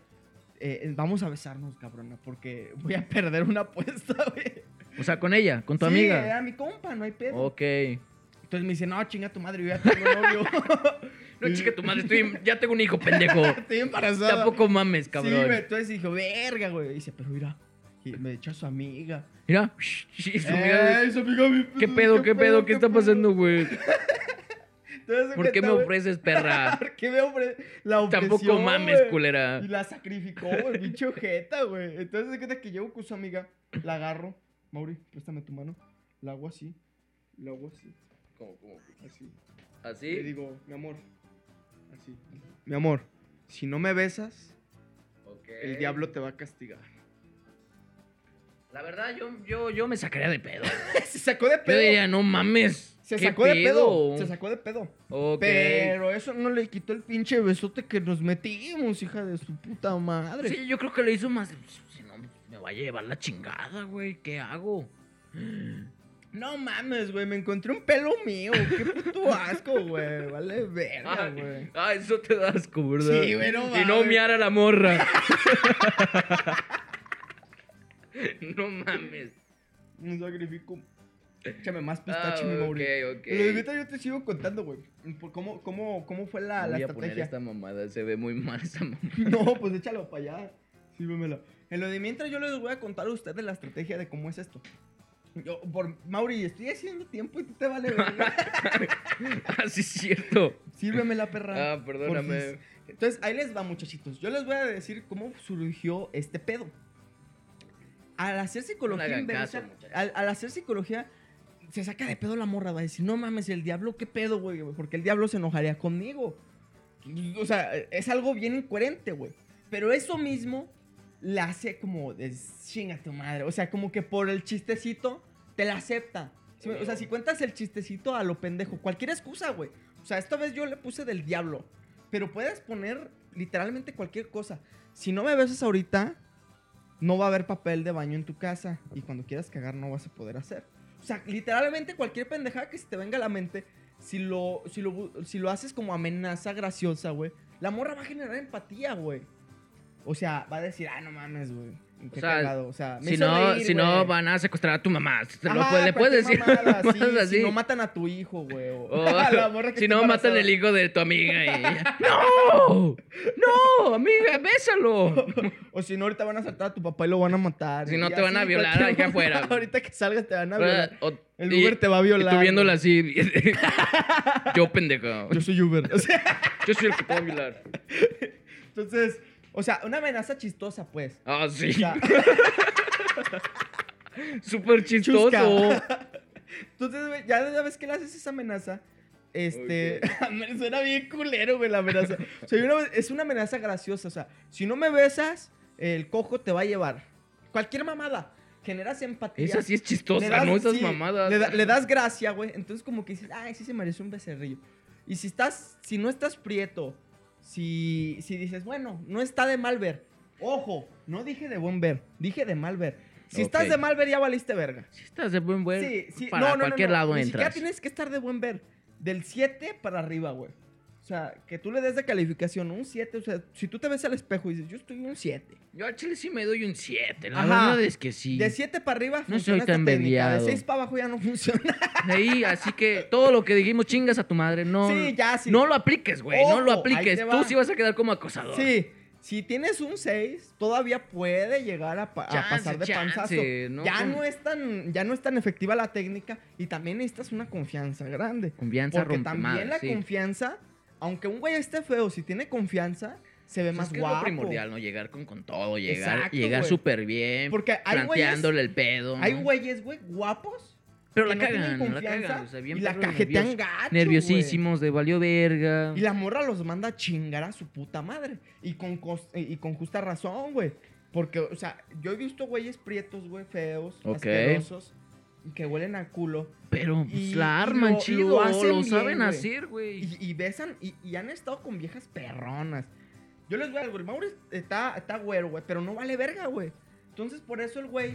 S1: eh, vamos a besarnos, cabrona, porque voy a perder una apuesta, <laughs> güey.
S2: O sea, con ella, con tu
S1: Sí,
S2: amiga. Oh.
S1: Era mi compa, no hay pedo.
S2: Ok.
S1: Entonces me dice, no, chinga tu madre, yo ya tengo novio. <laughs>
S2: No, chica, tu madre, estoy, ya tengo un hijo, pendejo.
S1: Estoy embarazada.
S2: Tampoco mames,
S1: Sí,
S2: cabrón.
S1: güey, entonces dijo, verga, güey. Dice, pero mira, y me echó a su amiga.
S2: Mira. <laughs> sí, su amiga-
S1: Eh, su amiga, mi-
S2: ¿Qué pedo, qué pedo, qué está
S1: pedo? <laughs>
S2: pasando, güey?
S1: Entonces, se
S2: ¿Por qué
S1: cuenta,
S2: me
S1: güey,
S2: ofreces, perra?
S1: <laughs> ¿Por qué me ofrece la
S2: Tampoco
S1: objeción,
S2: mames,
S1: güey?
S2: culera.
S1: Y la sacrificó, el pinche ojeta, güey. Entonces, de cuenta que llevo con su amiga, la agarro. Mauri, préstame tu mano. La hago así. La hago así. Así. Le
S2: ¿Así?
S1: digo, mi amor. Así. Mi amor, si no me besas, el diablo te va a castigar. <laughs>
S2: La verdad, yo, yo, yo me sacaría
S1: <laughs>
S2: de pedo.
S1: Se sacó de
S2: Yo
S1: pedo.
S2: diría, no mames.
S1: se
S2: ¿qué
S1: sacó de pedo. Se sacó de pedo.
S2: Ok.
S1: Pero eso no le quitó el pinche besote que nos metimos, hija de su puta madre.
S2: Sí, yo creo que le hizo más. "Pues, Si no, me va a llevar la chingada, güey. ¿Qué hago?
S1: No mames, güey, me encontré un pelo mío. Qué puto asco, güey. Vale verga, güey.
S2: Ay, ah, eso te das asco, ¿verdad?
S1: Sí, güey, no
S2: Y no
S1: mames.
S2: miar a la morra. <laughs> no mames.
S1: Me sacrifico. Échame más pistache, mi
S2: Ah,
S1: Mauri.
S2: ok, ok.
S1: Pero ahorita yo te sigo contando, güey. por ¿Cómo, cómo, ¿Cómo fue la, la
S2: Voy a poner
S1: estrategia?
S2: esta mamada. Se ve muy mal esa mamada. <laughs>
S1: <laughs> No, pues échalo para allá. Sírvemela. En lo de mientras yo les voy a contar a ustedes la estrategia de cómo es esto. Yo, por Mauri, estoy haciendo tiempo y tú te vale verga.
S2: ah, sí, es cierto.
S1: Sírvemela, perra.
S2: Ah, perdóname.
S1: Porfis. Entonces, ahí les va, muchachitos. Yo les voy a decir cómo surgió este pedo. Al hacer psicología
S2: hagan
S1: inversa,
S2: caso, muchachos.
S1: al, al hacer psicología, se saca de pedo la morra, va a decir, no mames, el diablo, qué pedo, güey, porque el diablo se enojaría conmigo. O sea, es algo bien incoherente, güey. Pero eso mismo la hace como de chinga tu madre. O sea, como que por el chistecito te la acepta. Sí, O sea, si cuentas el chistecito a lo pendejo, cualquier excusa, güey. O sea, esta vez yo le puse del diablo. Pero puedes poner literalmente cualquier cosa. Si no me besas ahorita, no va a haber papel de baño en tu casa. Y cuando quieras cagar, no vas a poder hacer. O sea, literalmente cualquier pendejada que se te venga a la mente, si lo, si lo, bu- si lo haces como amenaza graciosa, güey, la morra va a generar empatía, güey. O sea, va a decir, ah, no mames, güey. Qué
S2: sea,
S1: cagado. O sea, Ah, me
S2: Si
S1: hizo
S2: no,
S1: reír,
S2: si no
S1: güey.
S2: van a secuestrar a tu mamá. Te lo
S1: Ajá,
S2: puedes- le puedes decir
S1: cualquier mamada,
S2: <laughs> cosas
S1: sí,
S2: así.
S1: Si no matan a tu hijo, güey. o- <laughs>
S2: O,
S1: a la morra que
S2: si
S1: está
S2: no, matan
S1: embarazada.
S2: el hijo de
S1: <laughs>
S2: tu amiga y ella, ¡No! ¡No! Amiga, bésalo.
S1: O si <laughs> no, ahorita van a saltar a tu papá y lo van a matar.
S2: Si no,
S1: y
S2: te van a
S1: así,
S2: violar
S1: cualquier
S2: allá afuera,
S1: mamada,
S2: güey.
S1: <laughs> Ahorita que salgas te van a
S2: Ahora,
S1: violar.
S2: Ah, <laughs> o-
S1: El
S2: y-
S1: Uber te va a violar.
S2: Y tú
S1: güey.
S2: viéndola así. <laughs>
S1: <laughs>
S2: yo, pendejo.
S1: Yo soy Uber. <laughs> O sea,
S2: Yo soy el que te va a violar.
S1: entonces, o sea, una amenaza chistosa, pues.
S2: Ah, sí.
S1: O
S2: <laughs>
S1: sea,
S2: Súper chistoso.
S1: Chusca. Entonces, güey, ya una vez que le haces esa amenaza, este. <laughs> me suena bien culero, güey, la amenaza. O sea, una vez- es una amenaza graciosa. O sea, si no me besas, el cojo te va a llevar. Cualquier mamada. Generas empatía.
S2: Esa sí es
S1: Le
S2: chistosa,
S1: das-
S2: no esas
S1: sí,
S2: mamadas.
S1: Le, da- le das gracia, güey. Entonces, como que dices, ay, sí se merece un becerrillo. Y si estás, si no estás prieto, si, si dices, bueno, no está de mal ver. Ojo, no dije de buen ver, dije de mal ver. Si estás
S2: Ok.
S1: de mal ver, ya valiste verga.
S2: Sí, estás de buen buen.
S1: Sí, sí,
S2: Para
S1: no, no, no,
S2: cualquier
S1: no,
S2: lado
S1: Ni siquiera
S2: entras.
S1: tienes que estar de buen ver. Del 7 para arriba, güey. O sea, que tú le des de calificación un 7. O sea, si tú te ves al espejo y dices, yo estoy un 7.
S2: Yo al chile sí me doy un 7. La
S1: Ajá.
S2: verdad es que sí.
S1: De 7 para arriba
S2: No
S1: funciona
S2: soy
S1: esta
S2: tan
S1: técnica,
S2: bebiado.
S1: De 6 para abajo ya no <laughs> funciona.
S2: Ahí, así que todo lo que dijimos, chingas a tu madre. No,
S1: Sí, ya, sí.
S2: no lo apliques, güey. No lo
S1: Ojo, ahí
S2: apliques.
S1: te
S2: Tú
S1: va.
S2: sí vas a quedar como acosador.
S1: Sí, si tienes un 6, todavía puede llegar a, pa- a
S2: Chance,
S1: pasar de
S2: chance,
S1: panzazo.
S2: no
S1: ya,
S2: con-
S1: no es tan, ya no es tan efectiva la técnica y también necesitas una confianza grande.
S2: Confianza
S1: Porque
S2: rompe
S1: también
S2: madre,
S1: la
S2: sí.
S1: confianza, aunque un güey esté feo, si tiene confianza, se ve
S2: Pues
S1: más
S2: es que
S1: guapo.
S2: Es lo primordial, ¿no? Llegar con, con todo, llegar,
S1: Exacto,
S2: llegar
S1: güey.
S2: súper bien.
S1: Porque hay güeyes,
S2: planteándole el pedo. ¿no?
S1: hay güeyes, güey, guapos.
S2: Pero la
S1: que no
S2: cagan,
S1: tienen
S2: la
S1: confianza
S2: cagan. O sea, bien
S1: y la
S2: perros
S1: cajetean
S2: nervios-
S1: gacho, güey.
S2: Nerviosísimos, de valió verga.
S1: Y la morra los manda a chingar a su puta madre. Y con, cos- y con justa razón, güey. Porque, o sea, yo he visto güeyes prietos, güey, feos,
S2: Ok.
S1: asquerosos, y que huelen a culo.
S2: Pero pues,
S1: y-
S2: la
S1: y
S2: arman
S1: lo-
S2: chido,
S1: lo
S2: lo,
S1: hacen bien,
S2: saben
S1: güey.
S2: hacer, güey.
S1: Y, y besan, y, y han estado con viejas perronas. Yo les voy a güey, Mauro está, está güero, güey, pero no vale verga, güey. Entonces, por eso el
S2: <laughs>
S1: güey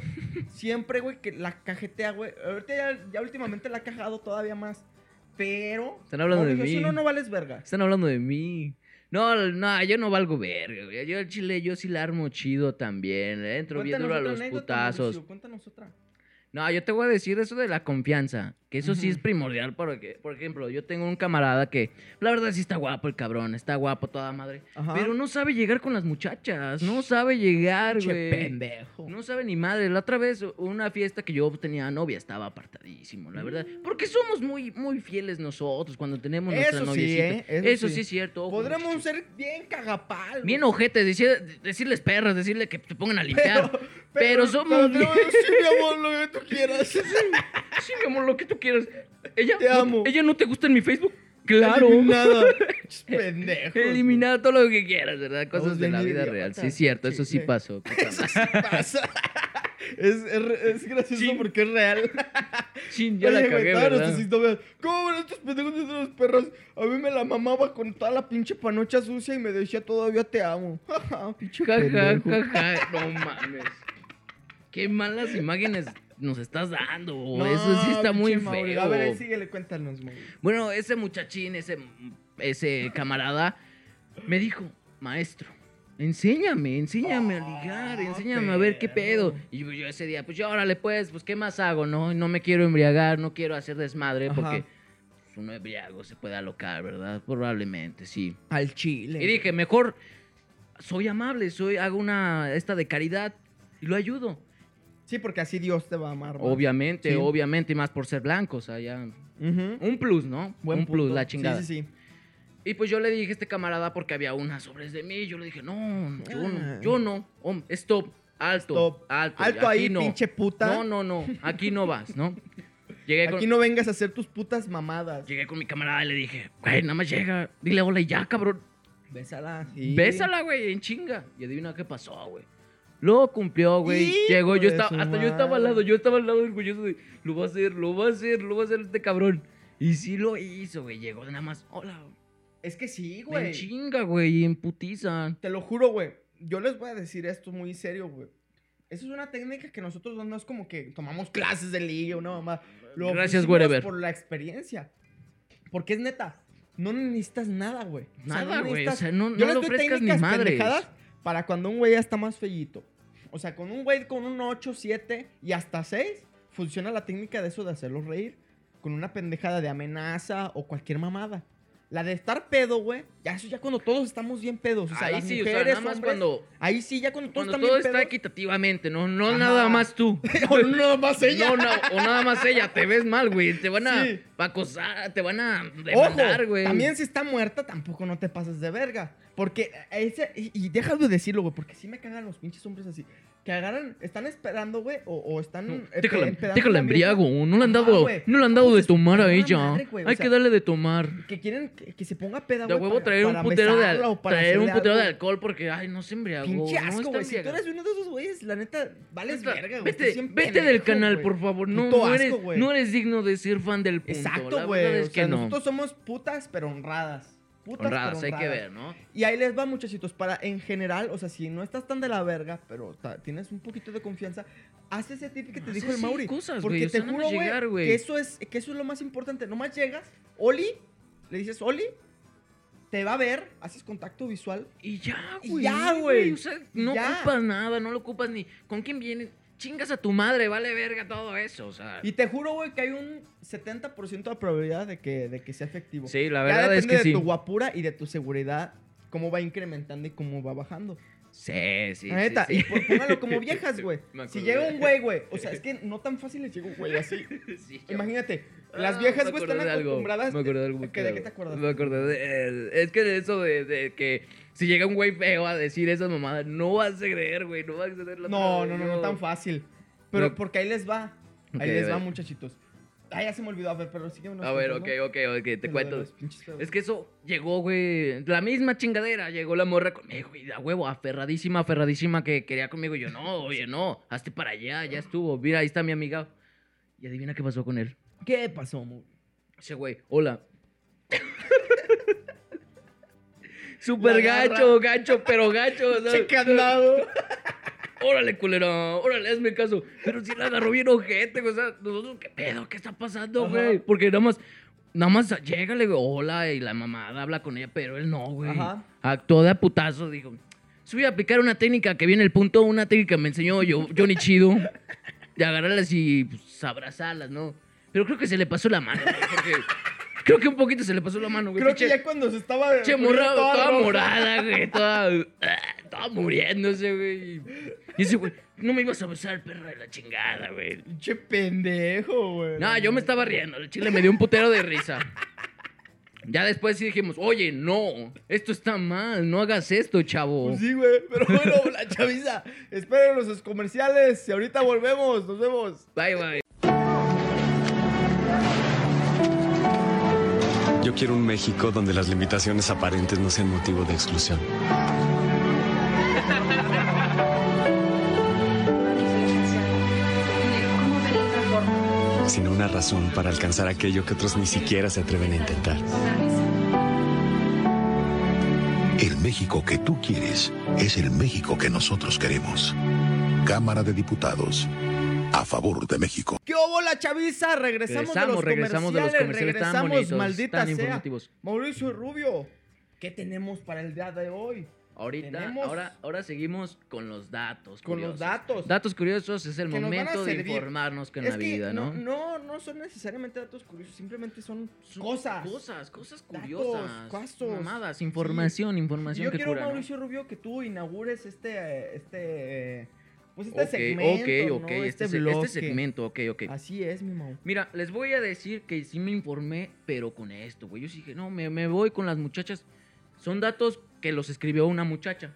S1: siempre, güey, que la cajetea, güey. Ahorita ya, ya últimamente la ha cagado todavía más. Pero...
S2: Están hablando de
S1: obvio, Si
S2: mí.
S1: no, no vales verga.
S2: Están hablando de mí. No, no, yo no valgo verga, güey. Yo al chile, yo sí la armo chido también. Le entro bien
S1: Cuéntanos
S2: duro a
S1: otra
S2: los
S1: anécdota,
S2: putazos.
S1: Mauricio, Cuéntanos otra.
S2: No, yo te voy a decir eso de la confianza, que eso sí es
S1: Ujú.
S2: primordial porque, por ejemplo, yo tengo un camarada que, la verdad sí está guapo el cabrón, está guapo toda madre,
S1: Ajá.
S2: pero no sabe llegar con las muchachas, no sabe llegar,
S1: Che,
S2: güey.
S1: pendejo.
S2: No sabe ni madre. La otra vez, una fiesta que yo tenía novia, estaba apartadísimo, la verdad. Porque somos muy, muy fieles nosotros cuando tenemos nuestra
S1: Mm. Eso sí,
S2: noviecita.
S1: ¿eh?
S2: Eso,
S1: Eso
S2: sí.
S1: sí.
S2: es cierto. ojo,
S1: Podremos
S2: muchachos.
S1: ser bien cagapal. <laughs>
S2: Bien
S1: güey.
S2: ojete, decir- decirles perros, decirle que te pongan a limpiar. Pero, somos...
S1: pero tenemos- sí, mi amor, lo que tú quieras.
S2: <laughs>
S1: <laughs>
S2: Sí, mi amor, lo que tú quieras. Ella,
S1: Te
S2: no-
S1: amo.
S2: ¿Ella no te gusta en mi Facebook? <laughs> Claro. <laughs>
S1: Eliminada. Ch, Pendejo.
S2: Eliminar todo lo que quieras, ¿verdad?
S1: Estamos
S2: Cosas de
S1: bien
S2: la vida
S1: idiotas.
S2: real. Sí, es cierto, eso sí
S1: Sí. <laughs>
S2: pasó. puta madre.
S1: ¿Qué pasa? <laughs> Es, es, re- es gracioso
S2: Sí.
S1: porque es
S2: <laughs>
S1: real.
S2: Chin, yo la
S1: Oye, güey,
S2: cagué,
S1: estaban
S2: ¿verdad?
S1: nuestros historias. ¿Cómo ven estos pendejos de los perros? A mí me la mamaba con toda la pinche panocha sucia y me decía todavía te amo. <laughs> pinche
S2: Ja, ja,
S1: pendejo.
S2: ja, ja. No mames. Qué malas imágenes nos estás dando. eso sí está
S1: pinche
S2: muy
S1: Mauri.
S2: feo.
S1: A ver, ahí síguele, cuéntanos, Mauri.
S2: Bueno, ese muchachín, ese, ese camarada, me dijo, maestro, enséñame, enséñame a ligar,
S1: Ah,
S2: enséñame a ver qué
S1: perro.
S2: pedo. Y yo, yo ese día, pues yo, órale, pues, pues, ¿qué más hago? No, no me quiero embriagar, no quiero hacer desmadre,
S1: Ajá.
S2: porque pues, un embriago se puede alocar, ¿verdad? Probablemente, sí.
S1: Al chile.
S2: Y dije, mejor, soy amable, soy, hago una, esta de caridad y lo ayudo.
S1: Sí, porque así Dios te va a amar. ¿no?
S2: Obviamente,
S1: Sí.
S2: obviamente, y más por ser blanco, o sea, ya...
S1: Ujú.
S2: Un plus, ¿no?
S1: Buen
S2: un plus,
S1: punto.
S2: la chingada.
S1: Sí, sí, sí.
S2: Y pues yo le dije a este camarada porque había una sobres de mí. Yo le dije, no,
S1: Ah.
S2: yo no, yo no. hom- stop, alto,
S1: Stop.
S2: alto.
S1: Alto
S2: aquí
S1: ahí,
S2: no.
S1: pinche puta.
S2: No, no, no, aquí no vas, ¿no? Llegué con,
S1: Aquí no vengas a hacer tus putas mamadas.
S2: llegué con mi camarada y le dije, güey, nada más llega, dile hola y ya, cabrón.
S1: Bésala. sí.
S2: Bésala, güey, en chinga. Y adivina qué pasó, güey. Luego cumplió, güey.
S1: Hijo
S2: Llegó, yo
S1: de
S2: estaba,
S1: su
S2: hasta yo estaba al lado,
S1: madre.
S2: yo estaba al lado orgulloso de, lo va a hacer, lo va a hacer, lo va a hacer este cabrón. Y sí lo hizo, güey. Llegó nada más, hola,
S1: Es que sí,
S2: güey. En
S1: güey.
S2: chinga, güey, en putiza.
S1: Te lo juro, güey. Yo les voy a decir esto muy serio, güey. Esa es una técnica que nosotros no es como que tomamos clases de ligue, una mamá. Lo
S2: Gracias,
S1: pusimos
S2: Wherever.
S1: Por la experiencia. Porque es neta, no necesitas nada, güey. O sea,
S2: Nada,
S1: no
S2: güey. O
S1: necesitas-
S2: sea, no, no
S1: Yo
S2: le
S1: les doy
S2: ofrezcas ni
S1: técnicas
S2: madre.
S1: pendejadas para cuando un güey ya está más fellito. O sea, con un güey con un 8, 7 y hasta 6, funciona la técnica de eso de hacerlos reír. Con una pendejada de amenaza o cualquier mamada. La de estar pedo, güey, ya eso ya cuando todos estamos bien pedos. O sea,
S2: Ahí
S1: las
S2: sí, o sea,
S1: mujeres,
S2: nada más
S1: hombres,
S2: cuando,
S1: Ahí sí, ya cuando todos
S2: cuando
S1: están
S2: todo
S1: bien
S2: está
S1: pedos.
S2: equitativamente, no, no
S1: Ajá.
S2: nada más tú.
S1: <laughs> o no, nada más ella.
S2: No, no, o nada más ella, te ves mal, güey. Te van a
S1: Sí.
S2: acosar, te van a
S1: Ojo,
S2: demandar, güey.
S1: también si está muerta, tampoco no te pases de verga. Porque ese, y, y deja de decirlo, güey, porque sí me cagan los pinches hombres así. Que agarran, están esperando, güey, o, o están.
S2: No,
S1: eh,
S2: déjala,
S1: empedando
S2: déjala
S1: a una vieja
S2: embriago, no le han
S1: Ah,
S2: dado,
S1: güey.
S2: no le han dado
S1: Pues
S2: de
S1: es
S2: tomar a
S1: una
S2: ella.
S1: madre, güey, o
S2: Hay
S1: sea,
S2: que darle de tomar.
S1: Que quieren que, que se ponga peda,
S2: De
S1: güey.
S2: huevo
S1: para-
S2: traer un
S1: para
S2: putero de
S1: besarla o
S2: al-
S1: para
S2: traer un
S1: hacerle
S2: putero de
S1: algo.
S2: alcohol porque ay, no se embriagó.
S1: Pinche
S2: no
S1: asco,
S2: está
S1: güey. Si tú
S2: embriagada.
S1: eres uno de esos güeyes, la neta, vales
S2: Neta,
S1: verga, güey.
S2: vete,
S1: estás bien
S2: vete del
S1: pendejo,
S2: canal,
S1: güey.
S2: por favor. No,
S1: Puto
S2: no
S1: asco,
S2: eres,
S1: güey.
S2: no eres digno de ser fan del punto.
S1: Exacto,
S2: La
S1: güey.
S2: verdad es
S1: o
S2: que
S1: sea,
S2: no.
S1: Nosotros somos putas, pero honradas. Putas,
S2: Honradas,
S1: pero
S2: hay
S1: honradas.
S2: que ver, ¿no?
S1: Y ahí les va, muchachitos, para en general, o sea, si no estás tan de la verga, pero ta- tienes un poquito de confianza, haz ese tip que te
S2: Haz
S1: dijo el
S2: esas
S1: Mauri.
S2: cosas,
S1: porque
S2: güey, o
S1: te
S2: sea, nada más
S1: juro, güey,
S2: llegar, güey.
S1: que eso es que eso es lo más importante. Nomás llegas, Oli, le dices, "Oli, te va a ver", haces contacto visual.
S2: Y ya,
S1: Y
S2: güey.
S1: ya, güey.
S2: O sea, no
S1: Ya.
S2: ocupas nada, no lo ocupas ni. ¿Con quién vienes? Chingas a tu madre, vale verga todo eso, o sea.
S1: Y te juro, güey, que hay un 70% de probabilidad de que, de que sea efectivo.
S2: Sí, la
S1: Ya
S2: verdad es
S1: depende
S2: que
S1: de
S2: sí.
S1: tu guapura y de tu seguridad, cómo va incrementando y cómo va bajando.
S2: Sí, sí.
S1: La neta,
S2: sí,
S1: y
S2: <laughs> sí.
S1: por- póngalo como viejas, güey.
S2: Me acuerdo
S1: Si llega
S2: de-
S1: un güey, güey, o sea,
S2: <laughs>
S1: es que no tan fácil le llega un güey así.
S2: Sí, <laughs> yo-
S1: Imagínate,
S2: Ah,
S1: las
S2: me
S1: viejas, güey, están
S2: acordé de algo,
S1: acostumbradas.
S2: Me acordé de algo. muy
S1: ¿De qué- de
S2: claro.
S1: qué te acuerdas?
S2: Me acordé de. eh, Es que de eso de, de que si llega un güey feo a decir esas mamadas, no vas a creer, güey. No vas a creer la
S1: No,
S2: otra
S1: no,
S2: vez,
S1: no, no tan fácil. Pero
S2: No.
S1: porque ahí les va. Ahí
S2: Ok,
S1: les
S2: a
S1: va,
S2: ver.
S1: muchachitos. Ay, ya se me olvidó. A ver, pero sí que me
S2: A ver, ok, ok, ok, te cuento. Es
S1: Es
S2: que eso llegó, güey. La misma chingadera. Llegó la morra conmigo y la huevo, aferradísima, aferradísima que quería conmigo. Y yo, no, oye, no, hazte para allá, ya estuvo. Mira, ahí está mi amiga. Y adivina qué pasó con él.
S1: ¿Qué pasó, amor?
S2: Ese güey, hola. Super
S1: La agarra.
S2: gacho, gacho, pero gacho. o sea,
S1: Che
S2: <laughs>
S1: candado.
S2: Órale, culero, órale, hazme caso. Pero si la agarró bien ojete, güey, o sea, nosotros, ¿qué pedo? ¿Qué está pasando,
S1: Ajá.
S2: güey? Porque nada más, nada más llega, le digo, hola, y la mamada habla con ella, pero él no, güey.
S1: Ajá.
S2: Actuó de a putazo, dijo. Si voy a aplicar una técnica que viene el punto, una técnica que me enseñó yo, Johnny Chido, de agarrarlas y pues, abrazarlas, ¿no? Pero creo que se le pasó la mano, güey, porque creo que un poquito se le pasó la mano, güey.
S1: Creo
S2: Pinche-
S1: que ya cuando se estaba.
S2: Che,
S1: poniendo
S2: morra, toda,
S1: roja.
S2: morada, güey, toda, <laughs> ah, toda muriéndose, güey. Y ese güey, no me ibas a besar, perra de la chingada, güey.
S1: Che pendejo, güey.
S2: No, yo me estaba riendo, el chile me dio un putero de risa. Ya después sí dijimos, oye, no, esto está mal, no hagas esto, chavo.
S1: Pues sí, güey.
S2: <laughs>
S1: Pero bueno, la chaviza. Esperen los comerciales. Y ahorita volvemos. Nos vemos.
S2: Bye, bye.
S4: Yo quiero un México donde las limitaciones aparentes no sean motivo de exclusión. Sino una razón para alcanzar aquello que otros ni siquiera se atreven a intentar.
S5: El México que tú quieres es el México que nosotros queremos. Cámara de Diputados. A favor de México.
S1: ¿Qué hubo la chaviza? Regresamos, de los
S2: Regresamos, regresamos de los comerciales tan
S1: regresamos,
S2: bonitos,
S1: maldita
S2: tan
S1: sea.
S2: informativos.
S1: Mauricio Rubio, ¿qué tenemos para el día de hoy?
S2: Ahorita,
S1: Tenemos-
S2: ahora, ahora seguimos con los datos.
S1: Con los
S2: curiosos.
S1: datos.
S2: Datos curiosos es el
S1: Que nos van a
S2: momento de
S1: servir.
S2: informarnos con la vida, ¿no?
S1: no, no son necesariamente datos curiosos, simplemente son
S2: Son
S1: cosas.
S2: Cosas, cosas
S1: Datos,
S2: curiosas.
S1: casos.
S2: Mamadas, información,
S1: Y
S2: información
S1: Yo
S2: que
S1: quiero,
S2: cura, ¿no?
S1: Mauricio Rubio, que tú inaugures este, este, pues este
S2: Ok,
S1: segmento,
S2: ok,
S1: ¿no?
S2: ok, este,
S1: este,
S2: se- este
S1: bloque.
S2: segmento, ok, ok.
S1: Así es, mi Mau.
S2: Mira, les voy a decir que sí me informé, pero con esto, güey. Yo sí dije, no, me, me voy con las muchachas. Son datos que los escribió una muchacha.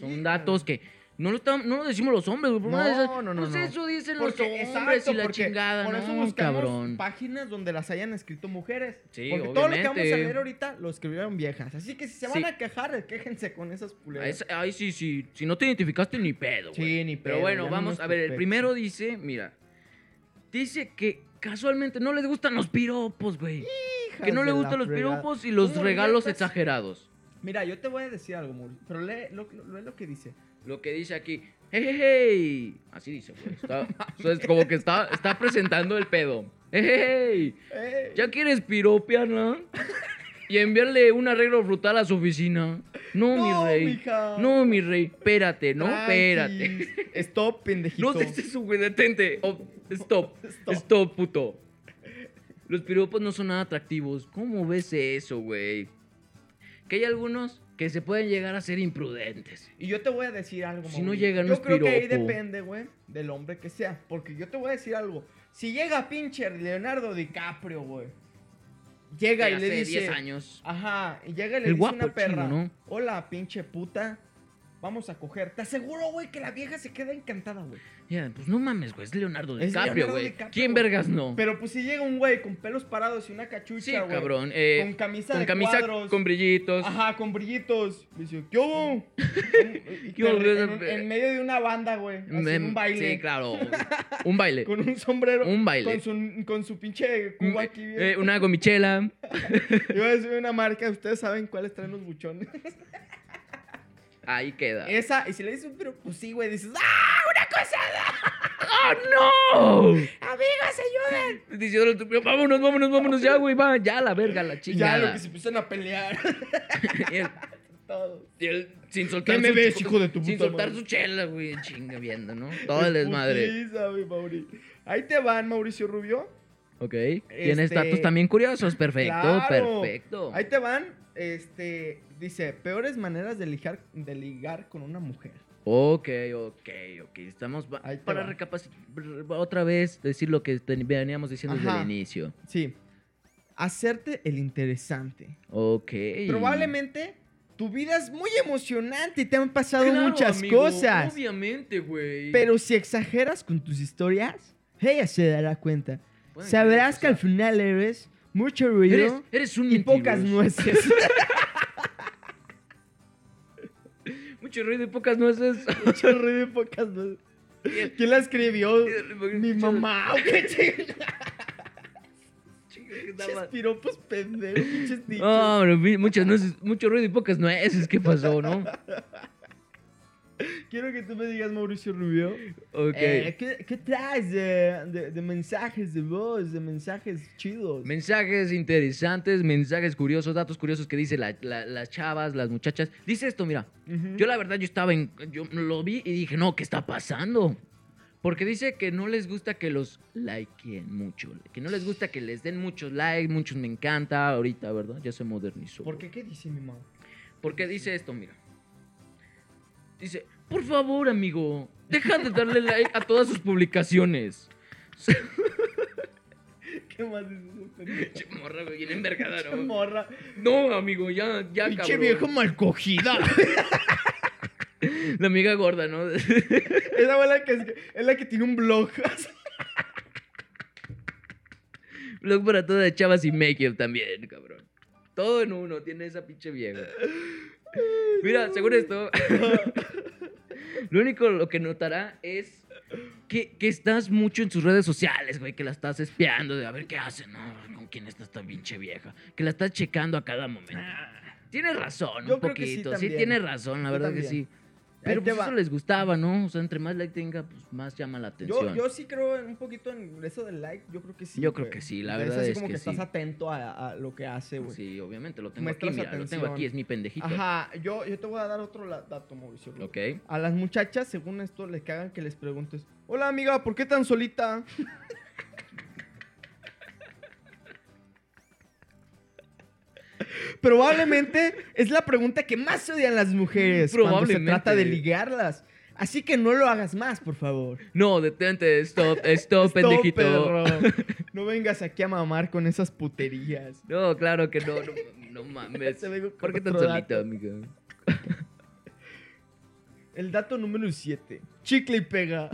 S2: Son
S1: Híjole.
S2: datos que No lo, estamos- no lo decimos los hombres, güey. por una de
S1: No,
S2: esas,
S1: no, no,
S2: Pues
S1: no.
S2: eso dicen
S1: Porque,
S2: los
S1: exacto,
S2: hombres y la
S1: porque
S2: chingada.
S1: Por
S2: no,
S1: eso buscamos
S2: cabrón.
S1: páginas donde las hayan escrito mujeres.
S2: Sí,
S1: porque todo lo que vamos a
S2: obviamente.
S1: leer ahorita lo escribieron viejas. Así que si se van
S2: Sí.
S1: a quejar, quéjense con esas culeras.
S2: Ahí es- Ahí sí, sí. Si no te identificaste, ni pedo.
S1: Sí,
S2: güey.
S1: ni
S2: Pero
S1: pedo,
S2: bueno,
S1: ya
S2: vamos
S1: no
S2: a ver. El
S1: supe.
S2: primero dice, mira. Dice que casualmente no les gustan los piropos, güey. Que no le gustan los piropos y los regalos
S1: exagerados.
S2: exagerados.
S1: Mira, yo te voy a decir algo, Mur, pero lee lo, lo- lee lo que dice.
S2: Lo que dice aquí. ¡Hey, hey, hey! Así dice, güey. Está- o sea, es como que está, está presentando el pedo. ¡Hey, hey, hey!
S1: Ey.
S2: ¿Ya quieres piropearla? Y enviarle un arreglo frutal a su oficina. No,
S1: No,
S2: mi rey.
S1: mija.
S2: No, mi rey. Espérate, no, espérate.
S1: Tranquis. Stop, pendejito.
S2: No te estés, güey, detente. Oh, stop.
S1: <laughs> Stop.
S2: stop. puto. Los piropos no son nada atractivos. ¿Cómo ves eso, güey? Que hay algunos que se pueden llegar a ser imprudentes.
S1: Y yo te voy a decir algo,
S2: Si no
S1: Mauricio.
S2: llegan,
S1: Yo
S2: no es
S1: creo que ahí
S2: piropo.
S1: depende, güey, del hombre que sea. Porque yo te voy a decir algo. Si llega pinche Leonardo DiCaprio, güey. Llega
S2: De
S1: y le
S2: hace
S1: dice.
S2: 10 años.
S1: Ajá. Y llega y le
S2: El
S1: dice
S2: guapo
S1: una perra.
S2: chino, ¿no?
S1: Hola, pinche puta. Vamos a coger. Te aseguro, güey, que la vieja se queda encantada, güey.
S2: Ya, pues no mames, güey. Es Leonardo
S1: Es
S2: DiCaprio,
S1: Leonardo
S2: güey.
S1: DiCaprio,
S2: ¿Quién
S1: güey.
S2: vergas no?
S1: Pero pues si llega un güey con pelos parados y una cachucha,
S2: sí,
S1: güey,
S2: cabrón. eh,
S1: con camisa
S2: con
S1: de
S2: camisa
S1: cuadros.
S2: con brillitos.
S1: Ajá, con brillitos. Me dice, ¿qué
S2: <laughs>
S1: hubo? Y
S2: ¿Qué hubo?
S1: te- en, en medio de una banda, güey. así
S2: Me-
S1: En un baile.
S2: Sí,
S1: <laughs>
S2: claro. Un baile.
S1: Con un sombrero.
S2: Un baile.
S1: Con su, con su pinche cuba aquí. bien.
S2: Eh, una gomichela.
S1: Iba a decir una marca, ustedes saben cuáles traen los buchones.
S2: Ahí queda.
S1: Esa, y si le dices, pero pues sí, güey, dices, ¡ah! ¡Una <laughs> cosa!
S2: ¡Oh, no!
S1: ¡Amigos, ayuden!
S2: Diciéndole a tu primo, vámonos, vámonos, vámonos ya, güey, va, ya la verga, la
S1: Y ya lo
S2: chingada.
S1: que se empiezan a pelear.
S2: <laughs>
S1: <laughs>
S2: y, él,
S1: Todos.
S2: y él, sin soltar
S1: ¿Qué me
S2: su-
S1: ves, hijo de tu
S2: Sin
S1: puta
S2: soltar
S1: madre?
S2: su chela, güey, chinga viendo, ¿no? Todo el desmadre.
S1: Putiza, mi Mauri. Ahí te van, Mauricio Rubio.
S2: Ok. Tienes
S1: Este-
S2: datos también curiosos, perfecto,
S1: Claro.
S2: perfecto.
S1: Ahí te van, este, dice, peores maneras de ligar, de ligar con una mujer.
S2: Ok, ok, ok. Estamos va-
S1: Ahí te
S2: para
S1: va.
S2: recapacitar otra vez, decir lo que ten- veníamos diciendo desde
S1: Ajá.
S2: el inicio.
S1: Sí. Hacerte el interesante.
S2: Ok.
S1: Probablemente tu vida es muy emocionante y te han pasado
S2: Claro,
S1: muchas
S2: amigo,
S1: cosas.
S2: Obviamente, güey.
S1: Pero si exageras con tus historias, ella se dará cuenta.
S2: Pueden
S1: Sabrás que
S2: creer,
S1: al
S2: o sea,
S1: final eres mucho
S2: Eres,
S1: ruido
S2: eres un
S1: y pocas
S2: mentiroso.
S1: nueces.
S2: <laughs>
S1: <laughs>
S2: Mucho ruido y pocas
S1: <laughs>
S2: nueces.
S1: mucho ruido y pocas nueces. ¿Quién la <laughs> escribió? Mi mamá. ¿o <laughs> ¿Qué chingados? Pinches piropos pendejos, pinches dichos.
S2: No, hombre, mi- muchas nueces, mucho ruido y pocas nueces. ¿Qué
S1: <laughs>
S2: pasó, no?
S1: Quiero que tú me digas, Mauricio Rubio.
S2: Ok.
S1: Eh, ¿qué, qué traes de, de- de mensajes de voz, de mensajes chidos?
S2: Mensajes interesantes, mensajes curiosos, datos curiosos que dice la- la- las chavas, las muchachas. Dice esto, mira.
S1: Ujú.
S2: Yo la verdad, yo estaba en... Yo lo vi y dije, no, ¿qué está pasando? Porque dice que no les gusta que los likeen mucho. Que no les gusta que les den muchos likes, muchos me encanta. Ahorita, ¿verdad? Ya se modernizó.
S1: ¿Por qué? ¿Qué dice mi mamá? <laughs>
S2: Porque dice esto, mira. Dice, por favor, amigo, deja de darle like a todas sus publicaciones.
S1: ¿Qué más dice ese pendejo?
S2: Che, morra, güey, bien envergada,
S1: Qué
S2: ¿no?
S1: morra.
S2: No, amigo, ya, ya,
S1: Pinche
S2: cabrón.
S1: vieja mal <laughs> cogida.
S2: La amiga gorda, ¿no? <laughs>
S1: Esa fue la que es, es la que tiene un blog. <laughs>
S2: Blog para todas las chavas y make-up también, cabrón. Todo en uno tiene esa pinche vieja. Mira, según esto, <laughs> lo único lo que notará es que, que estás mucho en sus redes sociales, güey, que la estás espiando de a ver qué hace, ¿no? Con quién está esta pinche vieja. Que la estás checando a cada momento. Tienes razón,
S1: Ah. Yo
S2: un
S1: creo que sí
S2: poquito. sí,
S1: también.
S2: tienes razón, la
S1: Yo
S2: verdad que
S1: también.
S2: sí.
S1: Ahí
S2: Pero
S1: te
S2: pues
S1: va.
S2: eso les gustaba, ¿no? O sea, entre más like tenga, pues más llama la atención.
S1: Yo, yo sí creo en- un poquito en eso del like. Yo creo que sí.
S2: Yo creo
S1: güey.
S2: que sí, la
S1: Es
S2: verdad
S1: así
S2: es
S1: como que,
S2: que
S1: estás
S2: sí.
S1: atento a, a lo que hace, güey.
S2: Sí, obviamente, lo tengo
S1: Muestras
S2: aquí, mira, lo tengo
S1: atención.
S2: aquí, es mi pendejito.
S1: Ajá, yo, yo te voy a dar otro la- dato, Mauricio. güey.
S2: Ok.
S1: A las muchachas, según esto, les cagan que les preguntes, hola amiga, ¿por qué tan solita? <laughs> Probablemente es la pregunta que más odian las mujeres cuando se
S2: Probablemente.
S1: trata de ligarlas. Así que no lo hagas más, por favor.
S2: No,
S1: <laughs>
S2: detente, stop, stop, Oh, pendejito. <laughs>
S1: Todo perro. No vengas aquí a mamar con esas puterías.
S2: No, claro que no, no, no
S1: <laughs>
S2: mames.
S1: Te vengo con
S2: ¿Por qué tan
S1: otro dato.
S2: solito, amigo?
S1: El dato número 7. Chicle y pega.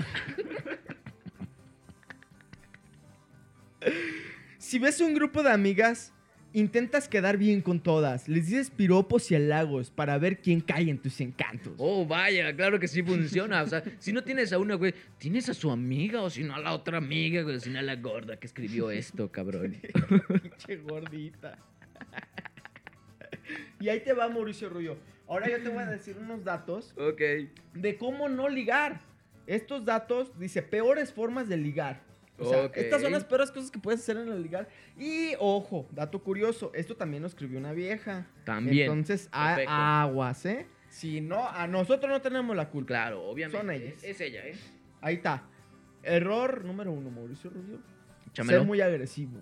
S1: si ves un grupo de amigas, intentas quedar bien con todas. Les dices piropos y halagos para ver quién cae en tus encantos.
S2: Oh, vaya, claro que sí funciona. O sea, si no tienes a una, güey, tienes a su amiga o si no a la otra amiga, güey, si no a la gorda que escribió esto,
S1: <laughs>
S2: cabrón.
S1: Pinche gordita. y ahí te va Mauricio Rubio. Ahora yo te voy a decir unos datos
S2: ok.
S1: de cómo no ligar. Estos datos, dice, peores formas de ligar. O sea,
S2: Ok.
S1: estas son las peores cosas que puedes hacer en el ligar. Y ojo, dato curioso, esto también lo escribió una vieja.
S2: También.
S1: Entonces, a-
S2: Perfecto.
S1: aguas, ¿eh? Si no, a nosotros no tenemos la culpa.
S2: Claro, obviamente.
S1: Son ellas.
S2: Es ella, ¿eh?
S1: Ahí está. Error número uno, Mauricio Rubio.
S2: Chamelo.
S1: Ser muy agresivo.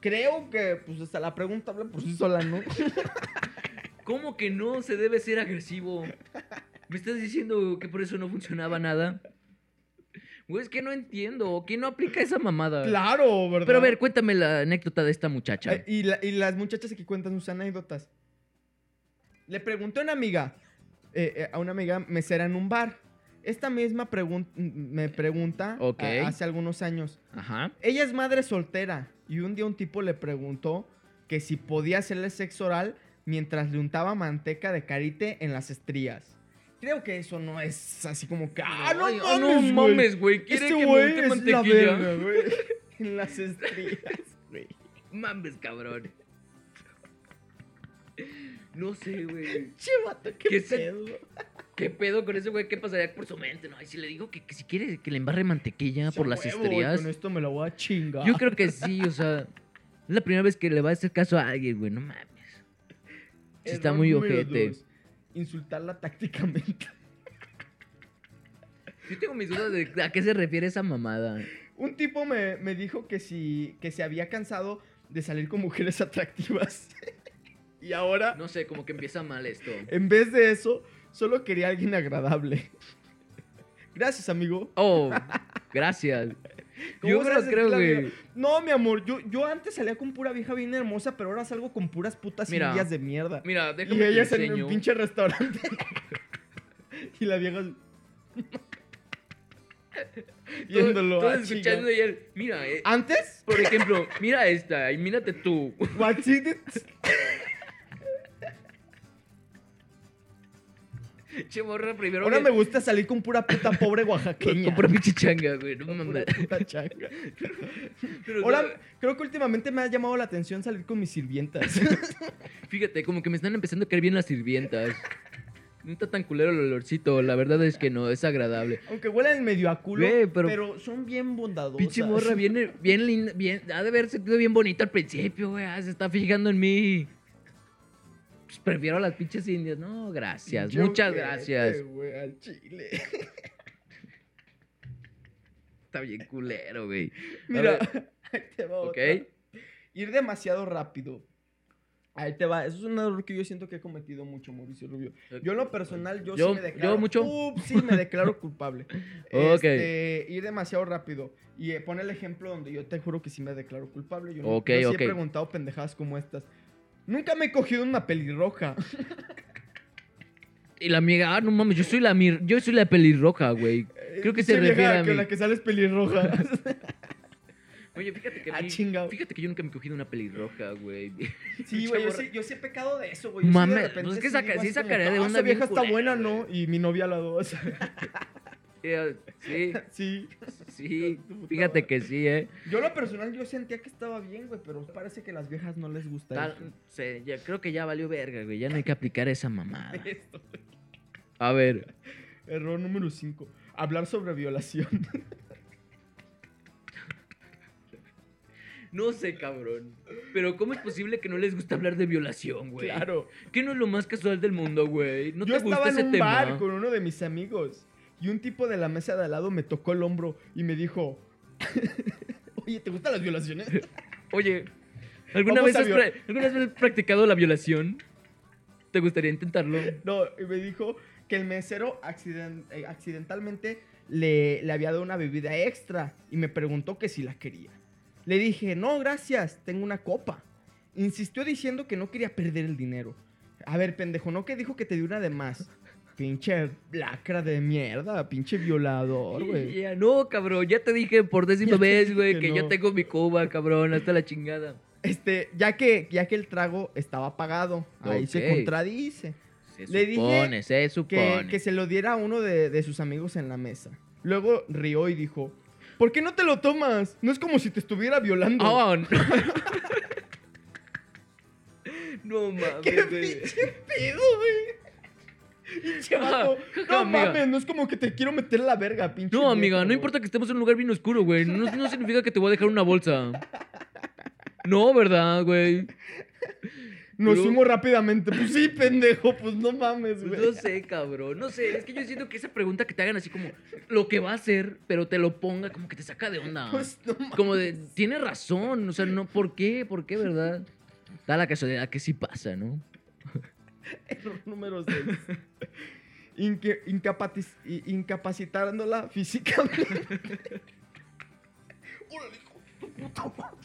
S1: Creo que, pues, hasta la pregunta habla por sí sola,
S2: <laughs>
S1: ¿no?
S2: ¿Cómo que no se debe ser agresivo? ¿Me estás diciendo que por eso no funcionaba nada? Güey, es que no entiendo. ¿Quién no aplica esa mamada?
S1: claro, ¿verdad?
S2: Pero a ver, cuéntame la anécdota de esta muchacha.
S1: Eh, y, la- y las muchachas que cuentan sus anécdotas. Le pregunté a una amiga, eh, eh, a una amiga mesera en un bar. Esta misma pregun- mm, me pregunta a-
S2: Ok.
S1: hace algunos años.
S2: Ajá.
S1: Ella es madre soltera y un día un tipo le preguntó que si podía hacerle sexo oral mientras le untaba manteca de carite en las estrías. Creo que eso no es así como que... ¡Ah, no,
S2: Ay, oh,
S1: mames,
S2: no
S1: güey!
S2: mames, güey. ¿Quiere
S1: Este
S2: que
S1: güey
S2: monte
S1: es la
S2: mantequilla?
S1: verga, güey. <laughs> En las estrías, güey.
S2: Mames, cabrón. No sé, güey.
S1: Che, vato, qué,
S2: ¿Qué se-
S1: pedo.
S2: ¿Qué pedo con ese güey? ¿Qué pasaría por su mente? No, y si le digo que, que si quiere que le embarre mantequilla por
S1: Che,
S2: las
S1: huevo, güey,
S2: estrías.
S1: Con esto me la voy a chingar.
S2: Yo creo que sí, o sea. Es la primera vez que le va a hacer caso a alguien, güey. No mames. Sí está
S1: Error
S2: muy
S1: número
S2: ojete.
S1: dos, Insultarla tácticamente. <laughs>
S2: Yo tengo mis dudas de a qué se refiere esa mamada.
S1: Un tipo me, me dijo que si que se había cansado de salir con mujeres <laughs> atractivas. y ahora,
S2: No sé, como que empieza mal esto.
S1: en vez de eso, solo quería a alguien agradable. <laughs> Gracias, amigo.
S2: Oh, gracias.
S1: ¿Cómo
S2: Yo
S1: se
S2: no
S1: hace
S2: creo,
S1: la
S2: güey.
S1: vida? No, mi amor, yo, yo antes salía con pura vieja bien hermosa, pero ahora salgo con puras putas
S2: Mira,
S1: indias de mierda.
S2: Mira, déjame
S1: y
S2: te
S1: ellas en
S2: enseño.
S1: un pinche restaurante. <laughs> y la vieja. Yéndolo
S2: Todo-
S1: a
S2: todo escuchando
S1: chingar.
S2: y él, Mira, eh,
S1: Antes, pues,
S2: por ejemplo, mira esta y mírate tú. <laughs>
S1: what's in it?
S2: Che, morra, primero.
S1: Ahora
S2: que-
S1: me gusta salir con pura puta pobre oaxaqueña.
S2: Con pura pinche changa, güey. No
S1: Con
S2: <laughs> mames.
S1: pura puta chaca.
S2: Pero,
S1: Ahora, creo que últimamente me ha llamado la atención salir con mis sirvientas. <laughs>
S2: Fíjate, como que me están empezando a caer bien las sirvientas. No está tan culero el olorcito. La verdad es que no, es agradable.
S1: Aunque huelen medio a culo,
S2: Güey,
S1: pero,
S2: pero-
S1: son bien bondadosas.
S2: Pinche morra, viene bien linda. Bien, ha de haber sentido bien bonito al principio, güey. ah, Se está fijando en mí. Pues prefiero a las pinches indias. No, gracias.
S1: Pinche
S2: Muchas
S1: ojete,
S2: gracias.
S1: güey, al chile.
S2: Está bien culero, güey. A
S1: Mira, <laughs>
S2: ver,
S1: ahí te va
S2: Ok.
S1: otra. Ir demasiado rápido. Ahí te va. Eso es un error que yo siento que he cometido mucho, Mauricio Rubio. Yo en lo personal, yo, sí
S2: Yo-
S1: me declaro...
S2: yo mucho.
S1: Ups, sí me
S2: <laughs>
S1: declaro culpable.
S2: Ok.
S1: Este, ir demasiado rápido. Y eh, pon el ejemplo donde yo te juro que sí me declaro culpable. Yo, no-
S2: Ok,
S1: yo sí
S2: ok.
S1: he preguntado pendejadas como estas. Nunca me he cogido una pelirroja.
S2: Y la amiga, ah, no mames, yo soy la mir yo soy la pelirroja, güey. <laughs> Creo que se
S1: Pinche Eh, vieja
S2: refiere a
S1: Con la
S2: mí.
S1: que sales pelirroja.
S2: <laughs>
S1: <laughs>
S2: Oye, fíjate que a
S1: Ah,
S2: mí-
S1: chingado.
S2: Fíjate que yo nunca me he cogido una pelirroja, <laughs> güey.
S1: sí, güey, yo, sí- yo sí he pecado de eso, güey.
S2: Mames, pues es que saca- sí sacaría de
S1: una
S2: onda
S1: "Ah, Esa
S2: bien
S1: vieja está
S2: culera,
S1: buena, ¿no? Y mi novia la <laughs> dos.
S2: Eh, Sí,
S1: sí.
S2: sí. Fíjate que sí, eh.
S1: Yo lo personal yo sentía que estaba bien, güey, pero parece que a las viejas no les gusta
S2: Tal-
S1: eso.
S2: se- ya, creo que ya valió verga, güey. Ya no hay que aplicar esa mamada.
S1: <laughs> Esto.
S2: <laughs> A ver.
S1: Error número 5. Hablar sobre violación. <laughs>
S2: No sé, cabrón. Pero ¿cómo es posible que no les gusta hablar de violación, güey?
S1: claro.
S2: Que no es lo más casual del mundo, güey. No
S1: yo
S2: te gusta
S1: estaba en
S2: ese
S1: un
S2: tema.
S1: bar con uno de mis amigos y un tipo de la mesa de al lado me tocó el hombro y me dijo, <laughs> oye, ¿te gustan las violaciones?
S2: Oye, ¿alguna
S1: Vamos
S2: vez,
S1: a
S2: has
S1: viola-
S2: pra- ¿alguna vez has practicado la violación? ¿Te gustaría intentarlo?
S1: <laughs> No, y me dijo que el mesero accident- eh, accidentalmente le, le había dado una bebida extra y me preguntó que si la quería. Le dije, no, gracias, tengo una copa. Insistió diciendo que no quería perder el dinero. A ver, pendejo, ¿no que dijo que te dio una de más? Pinche lacra de mierda, pinche violador, güey.
S2: Ya, no, cabrón, ya te dije por décima
S1: Ya te
S2: vez,
S1: dije
S2: güey,
S1: que
S2: que, yo
S1: no.
S2: tengo mi cuba, cabrón, hasta
S1: <laughs>
S2: la chingada.
S1: Este, ya que, ya que el trago estaba apagado, ahí se
S2: Ok.
S1: contradice.
S2: Se
S1: Le dije
S2: supone, se
S1: Que,
S2: supone.
S1: que se lo diera a uno de, de sus amigos en la mesa. Luego rió y dijo, ¿por qué no te lo tomas? No es como si te estuviera violando.
S2: Oh, no. <laughs> no mames.
S1: <laughs> ¡Qué
S2: güey.
S1: pinche pedo, güey! Pinche
S2: <laughs>
S1: vato,
S2: Ah,
S1: No
S2: amiga.
S1: mames, no es como que te quiero meter la verga, pinche.
S2: No,
S1: viejo,
S2: amiga, no
S1: güey.
S2: importa que estemos en un lugar bien oscuro, güey. No, no significa que te voy a dejar una bolsa. No, ¿verdad, güey?
S1: Nos
S2: Pero-
S1: fuimos rápidamente. Pues sí, <laughs> pendejo, pues no mames, güey.
S2: No sé, cabrón. No sé, es que yo siento que esa pregunta que te hagan así como lo que va a hacer, pero te lo ponga como que te saca de onda.
S1: <laughs> Pues no mames.
S2: Como de, tiene razón, o sea, no, ¿por qué? ¿Por qué, verdad? Da la casualidad que sí pasa, ¿no?
S1: Error número 6. incapacitándola físicamente. <laughs> Órale, hijo de tu puta madre.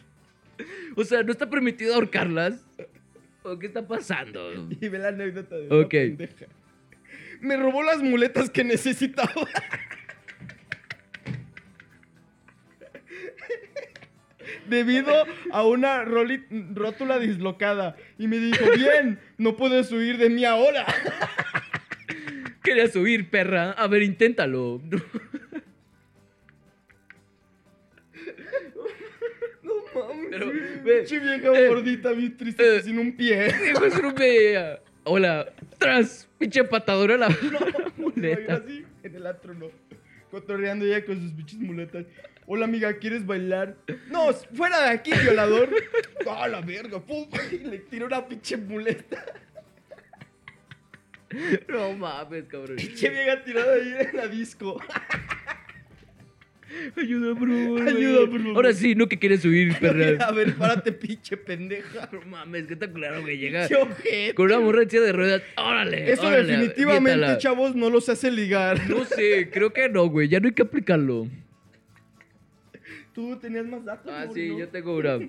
S2: O sea, ¿no está permitido ahorcarlas? ¿O qué está pasando?
S1: Y ve la anécdota de
S2: Ok.
S1: la pendeja. Me robó las muletas que
S2: <laughs>
S1: necesitaba. Debido a una roli- rótula dislocada. Y me dijo, bien, no puedes huir de mí ahora. <laughs>
S2: Querías huir, perra. A ver, inténtalo. <laughs>
S1: No mames.
S2: Pero,
S1: güey.
S2: ve,
S1: Pinche vieja
S2: eh,
S1: gordita, bien triste,
S2: eh,
S1: sin un pie.
S2: Dijo, "Es un hombre". Hola. Tras. Pinche
S1: <laughs>
S2: patadora a la
S1: Muleta.
S2: <laughs> muleta.
S1: así en el antro, no. Cotorreando ella con sus pinches muletas. Hola, amiga, ¿quieres bailar? No, fuera de aquí,
S2: <laughs>
S1: violador. ¡Ah, la verga! Pum, y le tiró una pinche muleta.
S2: No mames, cabrón.
S1: Pinche vieja tirada ahí en la
S2: <laughs>
S1: disco.
S2: Ayuda, bro.
S1: Ayuda, por favor.
S2: Ahora sí, no que quieres huir,
S1: A
S2: perra.
S1: ver, párate, pinche pendeja.
S2: No mames, que está claro que llega.
S1: ¡Qué
S2: <laughs>
S1: ojete!
S2: Con una morra en silla de ruedas. Órale.
S1: Eso
S2: órale,
S1: definitivamente,
S2: aviéntala.
S1: chavos, no los hace ligar.
S2: No sé, creo que no, güey. Ya no hay que aplicarlo.
S1: Tú tenías más datos,
S2: Ah,
S1: ¿no?
S2: sí,
S1: ¿No?
S2: yo tengo una.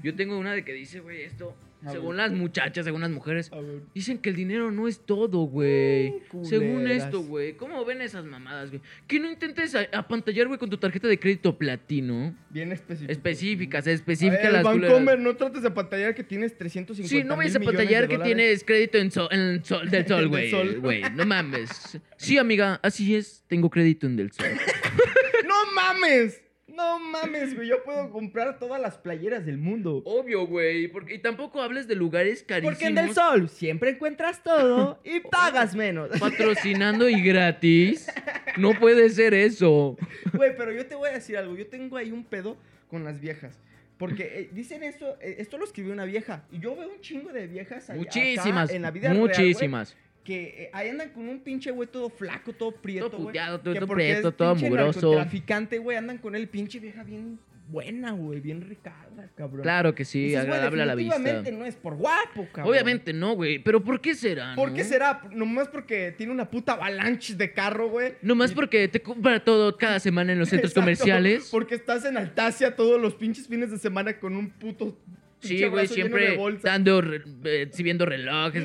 S2: Yo tengo una de que dice, güey, esto.
S1: A
S2: según
S1: ver.
S2: las muchachas, según las mujeres,
S1: A ver.
S2: dicen que el dinero no es todo, güey.
S1: Mm,
S2: según
S1: culeras.
S2: esto, güey. ¿Cómo ven esas mamadas, güey? Que no intentes a- apantallar, güey, con tu tarjeta de crédito platino.
S1: Bien específico.
S2: Específicas,
S1: A ver,
S2: específicas las culeras.
S1: Vancomer, no trates de pantallar que tienes 350
S2: Sí, no vayas a
S1: mil millones
S2: pantallar
S1: de
S2: que
S1: dólares.
S2: tienes crédito en sol, en
S1: <laughs>
S2: sol- del sol,
S1: Del
S2: güey.
S1: sol.
S2: güey, no mames. Sí, amiga, así es. Tengo crédito en del sol.
S1: ¡No mames! No mames, güey. Yo puedo comprar todas las playeras del mundo.
S2: Obvio, güey. Porque, y tampoco hables de lugares carísimos.
S1: Porque en Del Sol siempre encuentras
S2: <laughs>
S1: todo y pagas menos.
S2: patrocinando y gratis. No puede ser eso.
S1: Güey, pero yo te voy a decir algo. Yo tengo ahí un pedo con las viejas. Porque eh, dicen esto, eh, esto lo escribió una vieja. Y yo veo un chingo de viejas ahí, acá,
S2: Muchísimas.
S1: en la vida real, güey,
S2: muchísimas.
S1: que eh, ahí andan con un pinche güey todo flaco, todo prieto,
S2: Todo
S1: güey,
S2: puteado, todo-
S1: que
S2: todo
S1: porque es
S2: prieto, todo
S1: pinche
S2: mugroso.
S1: narcotraficante, güey, andan con él, pinche vieja bien buena, güey, bien ricarda, cabrón.
S2: claro que sí,
S1: Dices, güey,
S2: agradable a la vista.
S1: definitivamente no es por guapo, cabrón.
S2: Obviamente no, güey. Pero ¿por qué será?
S1: ¿Por
S2: no?
S1: qué será? Nomás porque tiene una puta avalanche de carro,
S2: <laughs>
S1: güey.
S2: Nomás
S1: Y-
S2: porque te compra todo cada semana en los centros
S1: Exacto, <laughs>
S2: comerciales.
S1: Porque estás en Altacia todos los pinches fines de semana con un puto.
S2: Sí,
S1: pinche
S2: güey,
S1: brazo lleno
S2: siempre
S1: de bolsa.
S2: dando, re- eh, exhibiendo relojes,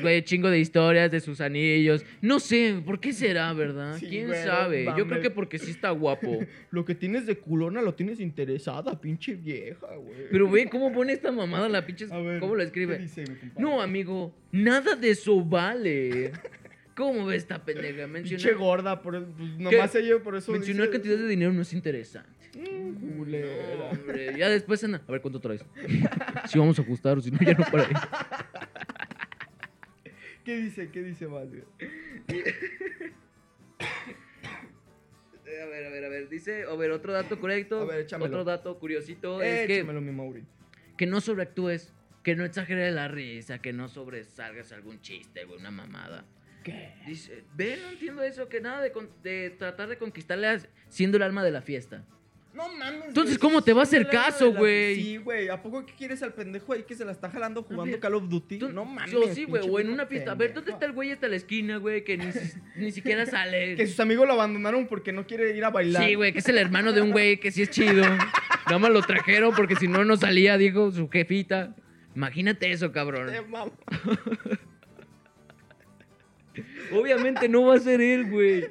S1: <laughs>
S2: güey, chingo de historias de sus anillos. No sé, ¿por qué será, verdad?
S1: Sí,
S2: ¿Quién
S1: güey, no
S2: sabe? Yo creo
S1: mames.
S2: que porque sí está guapo.
S1: Lo que tienes de culona lo tienes interesada, pinche vieja, güey.
S2: Pero ve cómo pone esta mamada la
S1: <laughs>
S2: pinche... ¿Cómo lo escribe?
S1: ¿qué dice, mi compadre?
S2: No, amigo, nada de eso vale. ¿Cómo ves esta pendeja?
S1: Pinche
S2: Mencionar,
S1: gorda, por, pues, nomás ella por eso.
S2: mencionar
S1: dice-
S2: cantidad de dinero no es interesante.
S1: Mm,
S2: No,
S1: culera.
S2: hombre, ya después anda- A ver, ¿cuánto traes? Si vamos a ajustar o si no, ya no para ahí.
S1: ¿Qué dice? ¿Qué dice más, güey?
S2: Eh, A ver, a ver, a ver. Dice, a ver, otro dato correcto.
S1: A ver, échamelo.
S2: Otro dato curiosito es que...
S1: Échamelo, mi Mauri.
S2: que no sobreactúes, que no exageres la risa, que no sobresalgas algún chiste, güey, una mamada.
S1: ¿Qué?
S2: Dice, ve, no entiendo eso, que nada de, con- de tratar de conquistarle a- siendo el alma de la fiesta.
S1: No mames.
S2: Entonces,
S1: güey,
S2: ¿cómo te va a hacer
S1: es una
S2: caso,
S1: de la-
S2: güey?
S1: Sí, güey. ¿A poco que quieres al pendejo ahí que se la está jalando jugando
S2: ver,
S1: Call of Duty?
S2: Tú-
S1: no mames.
S2: yo sí, güey,
S1: pinche
S2: o en
S1: viejo
S2: una fiesta. A ver, ¿dónde
S1: pendejo.
S2: está el güey hasta la esquina, güey, que ni, si- ni
S1: <laughs>
S2: siquiera
S1: Que
S2: sale?
S1: sus amigos lo abandonaron porque no quiere ir a bailar.
S2: Sí, güey, que es el hermano de un güey que sí es chido. Nada más lo trajeron porque si no, no salía, dijo su jefita. Imagínate eso, cabrón.
S1: Te mamo.
S2: Obviamente no va a ser él, güey.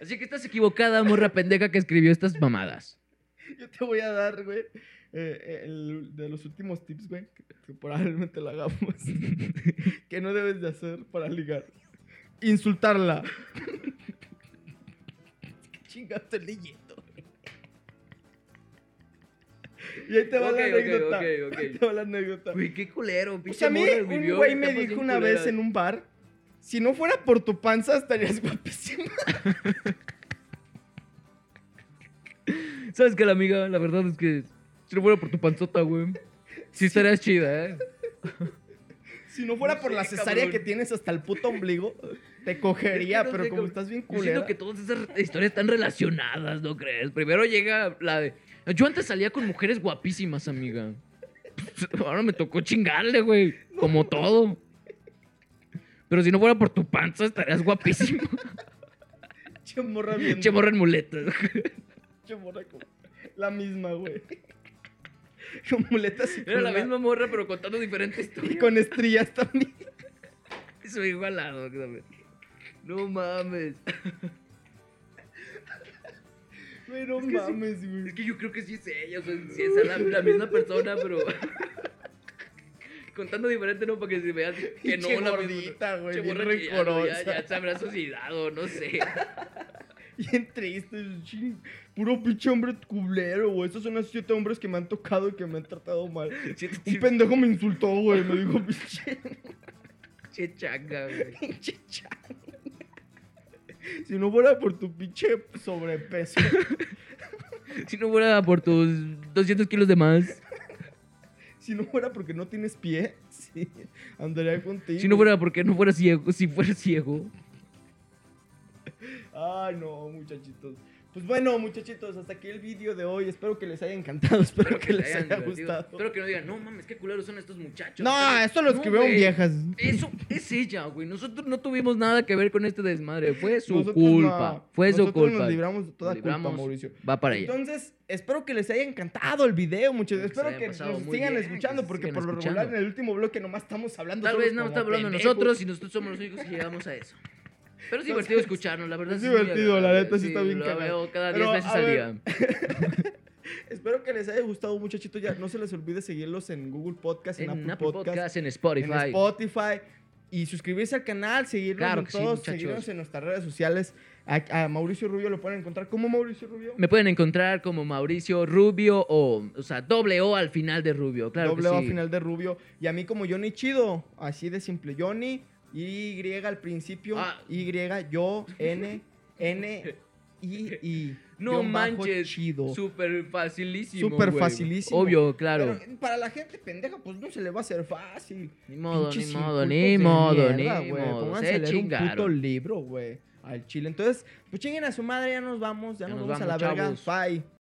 S2: Así que estás equivocada, morra pendeja que escribió estas mamadas.
S1: <laughs> Yo te voy a dar, güey, eh, el- de los últimos tips, güey, que, que probablemente lo hagamos. <laughs> que no debes de hacer para ligar. Insultarla. <laughs> ¿Qué chingados estoy leyendo? güey? Y ahí te va
S2: Ok,
S1: la
S2: ok,
S1: anécdota.
S2: ok, ok.
S1: Ahí te va la anécdota.
S2: Güey, qué culero,
S1: Pues
S2: pinche
S1: a mí,
S2: morra
S1: un
S2: vivió
S1: güey me
S2: etapas
S1: dijo
S2: bien
S1: una vez
S2: culeras.
S1: en un bar: si no fuera por tu panza, estarías <laughs> guapísima.
S2: ¿Sabes qué, la amiga? La verdad es que si no fuera por tu panzota, güey. Sí estarías chida, ¿eh?
S1: Si no fuera
S2: No
S1: por
S2: sé,
S1: la cesárea
S2: cabrón.
S1: que tienes hasta el puto ombligo, te cogería,
S2: Es que no
S1: pero
S2: sé,
S1: como
S2: cabrón.
S1: estás bien
S2: Yo siento
S1: culera.
S2: que todas esas historias están relacionadas, ¿no crees? Primero llega la de... Yo antes salía con mujeres guapísimas, amiga. Pues, Ahora me tocó chingarle, güey. Como todo. Pero si no fuera por tu panza, estarías guapísimo.
S1: Che
S2: <laughs>
S1: morra bien.
S2: Che, morra en muletas.
S1: che morra como- La misma, güey. Con muletas y
S2: Era
S1: con
S2: la
S1: una-
S2: misma morra, pero contando diferentes historias.
S1: Y con estrías también.
S2: Eso igualado, güey. No mames.
S1: Pero
S2: que sí.
S1: mames,
S2: Es
S1: güey.
S2: que yo creo que sí es ella, o
S1: <laughs>
S2: sea, sí es la, la misma persona, pero. <laughs> Contando diferente, ¿no? Para que se vea que no
S1: Pinche
S2: la misma-
S1: gordita, güey,
S2: Che,
S1: bien
S2: morra chillando, Ya,
S1: rencorosa.
S2: ya se habrá suicidado,
S1: <laughs>
S2: no sé.
S1: Bien triste, ching. Puro pinche hombre culero, güey. Esos son los siete hombres que me han tocado y que me han tratado mal.
S2: Siete
S1: Un
S2: tipos-
S1: pendejo me insultó, güey. Me dijo, <laughs> pinche,
S2: Che, chaca, güey.
S1: pinche chan. Si no fuera por tu pinche sobrepeso.
S2: Si no fuera por tus 200 kilos de más,
S1: Si no fuera porque no tienes pie, <laughs> sí, andaría contigo.
S2: si no fuera porque no fuera ciego, si fuera ciego.
S1: Ay, no, muchachitos. Pues bueno, muchachitos, hasta aquí el vídeo de hoy. Espero que les haya encantado, <laughs> espero que les
S2: hayan
S1: haya
S2: divertido.
S1: gustado.
S2: Espero que no digan, no mames, qué culeros son estos muchachos.
S1: No,
S2: Pero-
S1: esto lo
S2: No,
S1: escribieron
S2: güey.
S1: viejas.
S2: Eso es ella, güey. Nosotros no tuvimos nada que ver con este desmadre. Fue su
S1: Nosotros
S2: culpa.
S1: no.
S2: Fue su
S1: Nosotros
S2: culpa.
S1: Nos libramos de toda
S2: Nos libramos.
S1: culpa, Mauricio.
S2: Va para ella.
S1: Entonces, espero que les haya encantado el video, muchachos.
S2: Que se
S1: Espero
S2: hayan
S1: que
S2: pasado
S1: nos
S2: muy
S1: sigan
S2: bien,
S1: escuchando,
S2: que se
S1: porque
S2: sigan
S1: por lo
S2: escuchando.
S1: regular en el último bloque nomás estamos hablando
S2: Tal
S1: solos
S2: vez no
S1: como
S2: está hablando de
S1: pendejos.
S2: nosotros y nosotros somos los únicos que llegamos a eso. Pero es divertido escucharnos, la verdad.
S1: es
S2: sí muy
S1: divertido, la
S2: agradable.
S1: neta, sí está bien
S2: lo
S1: cagado.
S2: veo cada
S1: Pero,
S2: 10 veces
S1: a
S2: al
S1: ver,
S2: día.
S1: Espero que les haya gustado, muchachitos. Ya no se les olvide seguirlos en Google Podcast, en,
S2: En
S1: Apple,
S2: Apple
S1: Podcast,
S2: Podcast, en Spotify.
S1: en Spotify. Y suscribirse al canal, seguirnos
S2: Claro
S1: en
S2: que sí,
S1: todos,
S2: muchachos.
S1: seguirnos en nuestras redes sociales. A, a Mauricio Rubio lo pueden encontrar como Mauricio Rubio.
S2: Me pueden encontrar como Mauricio Rubio o, o sea, doble O al final de Rubio. Claro
S1: doble
S2: que
S1: O
S2: sí.
S1: final de Rubio. Y a mí como Johnny Chido, así de simple. Johnny, Y al principio,
S2: Ah.
S1: Y, yo, N, N, I, I.
S2: No
S1: guión bajo
S2: manches.
S1: Chido.
S2: Súper facilísimo.
S1: Súper
S2: güey.
S1: facilísimo.
S2: Obvio, claro.
S1: Pero para la gente pendeja, pues no se le va a hacer fácil.
S2: Ni modo, ni
S1: Pinches
S2: modo,
S1: incultos
S2: ni
S1: de
S2: modo,
S1: mierda,
S2: ni
S1: güey.
S2: modo.
S1: Pónganse a
S2: Se
S1: leer un puto
S2: chingaron.
S1: libro, güey. Al chile. Entonces, pues chinguen a su madre, ya nos vamos, ya, nos, vamos, a la
S2: chavos.
S1: verga. Bye.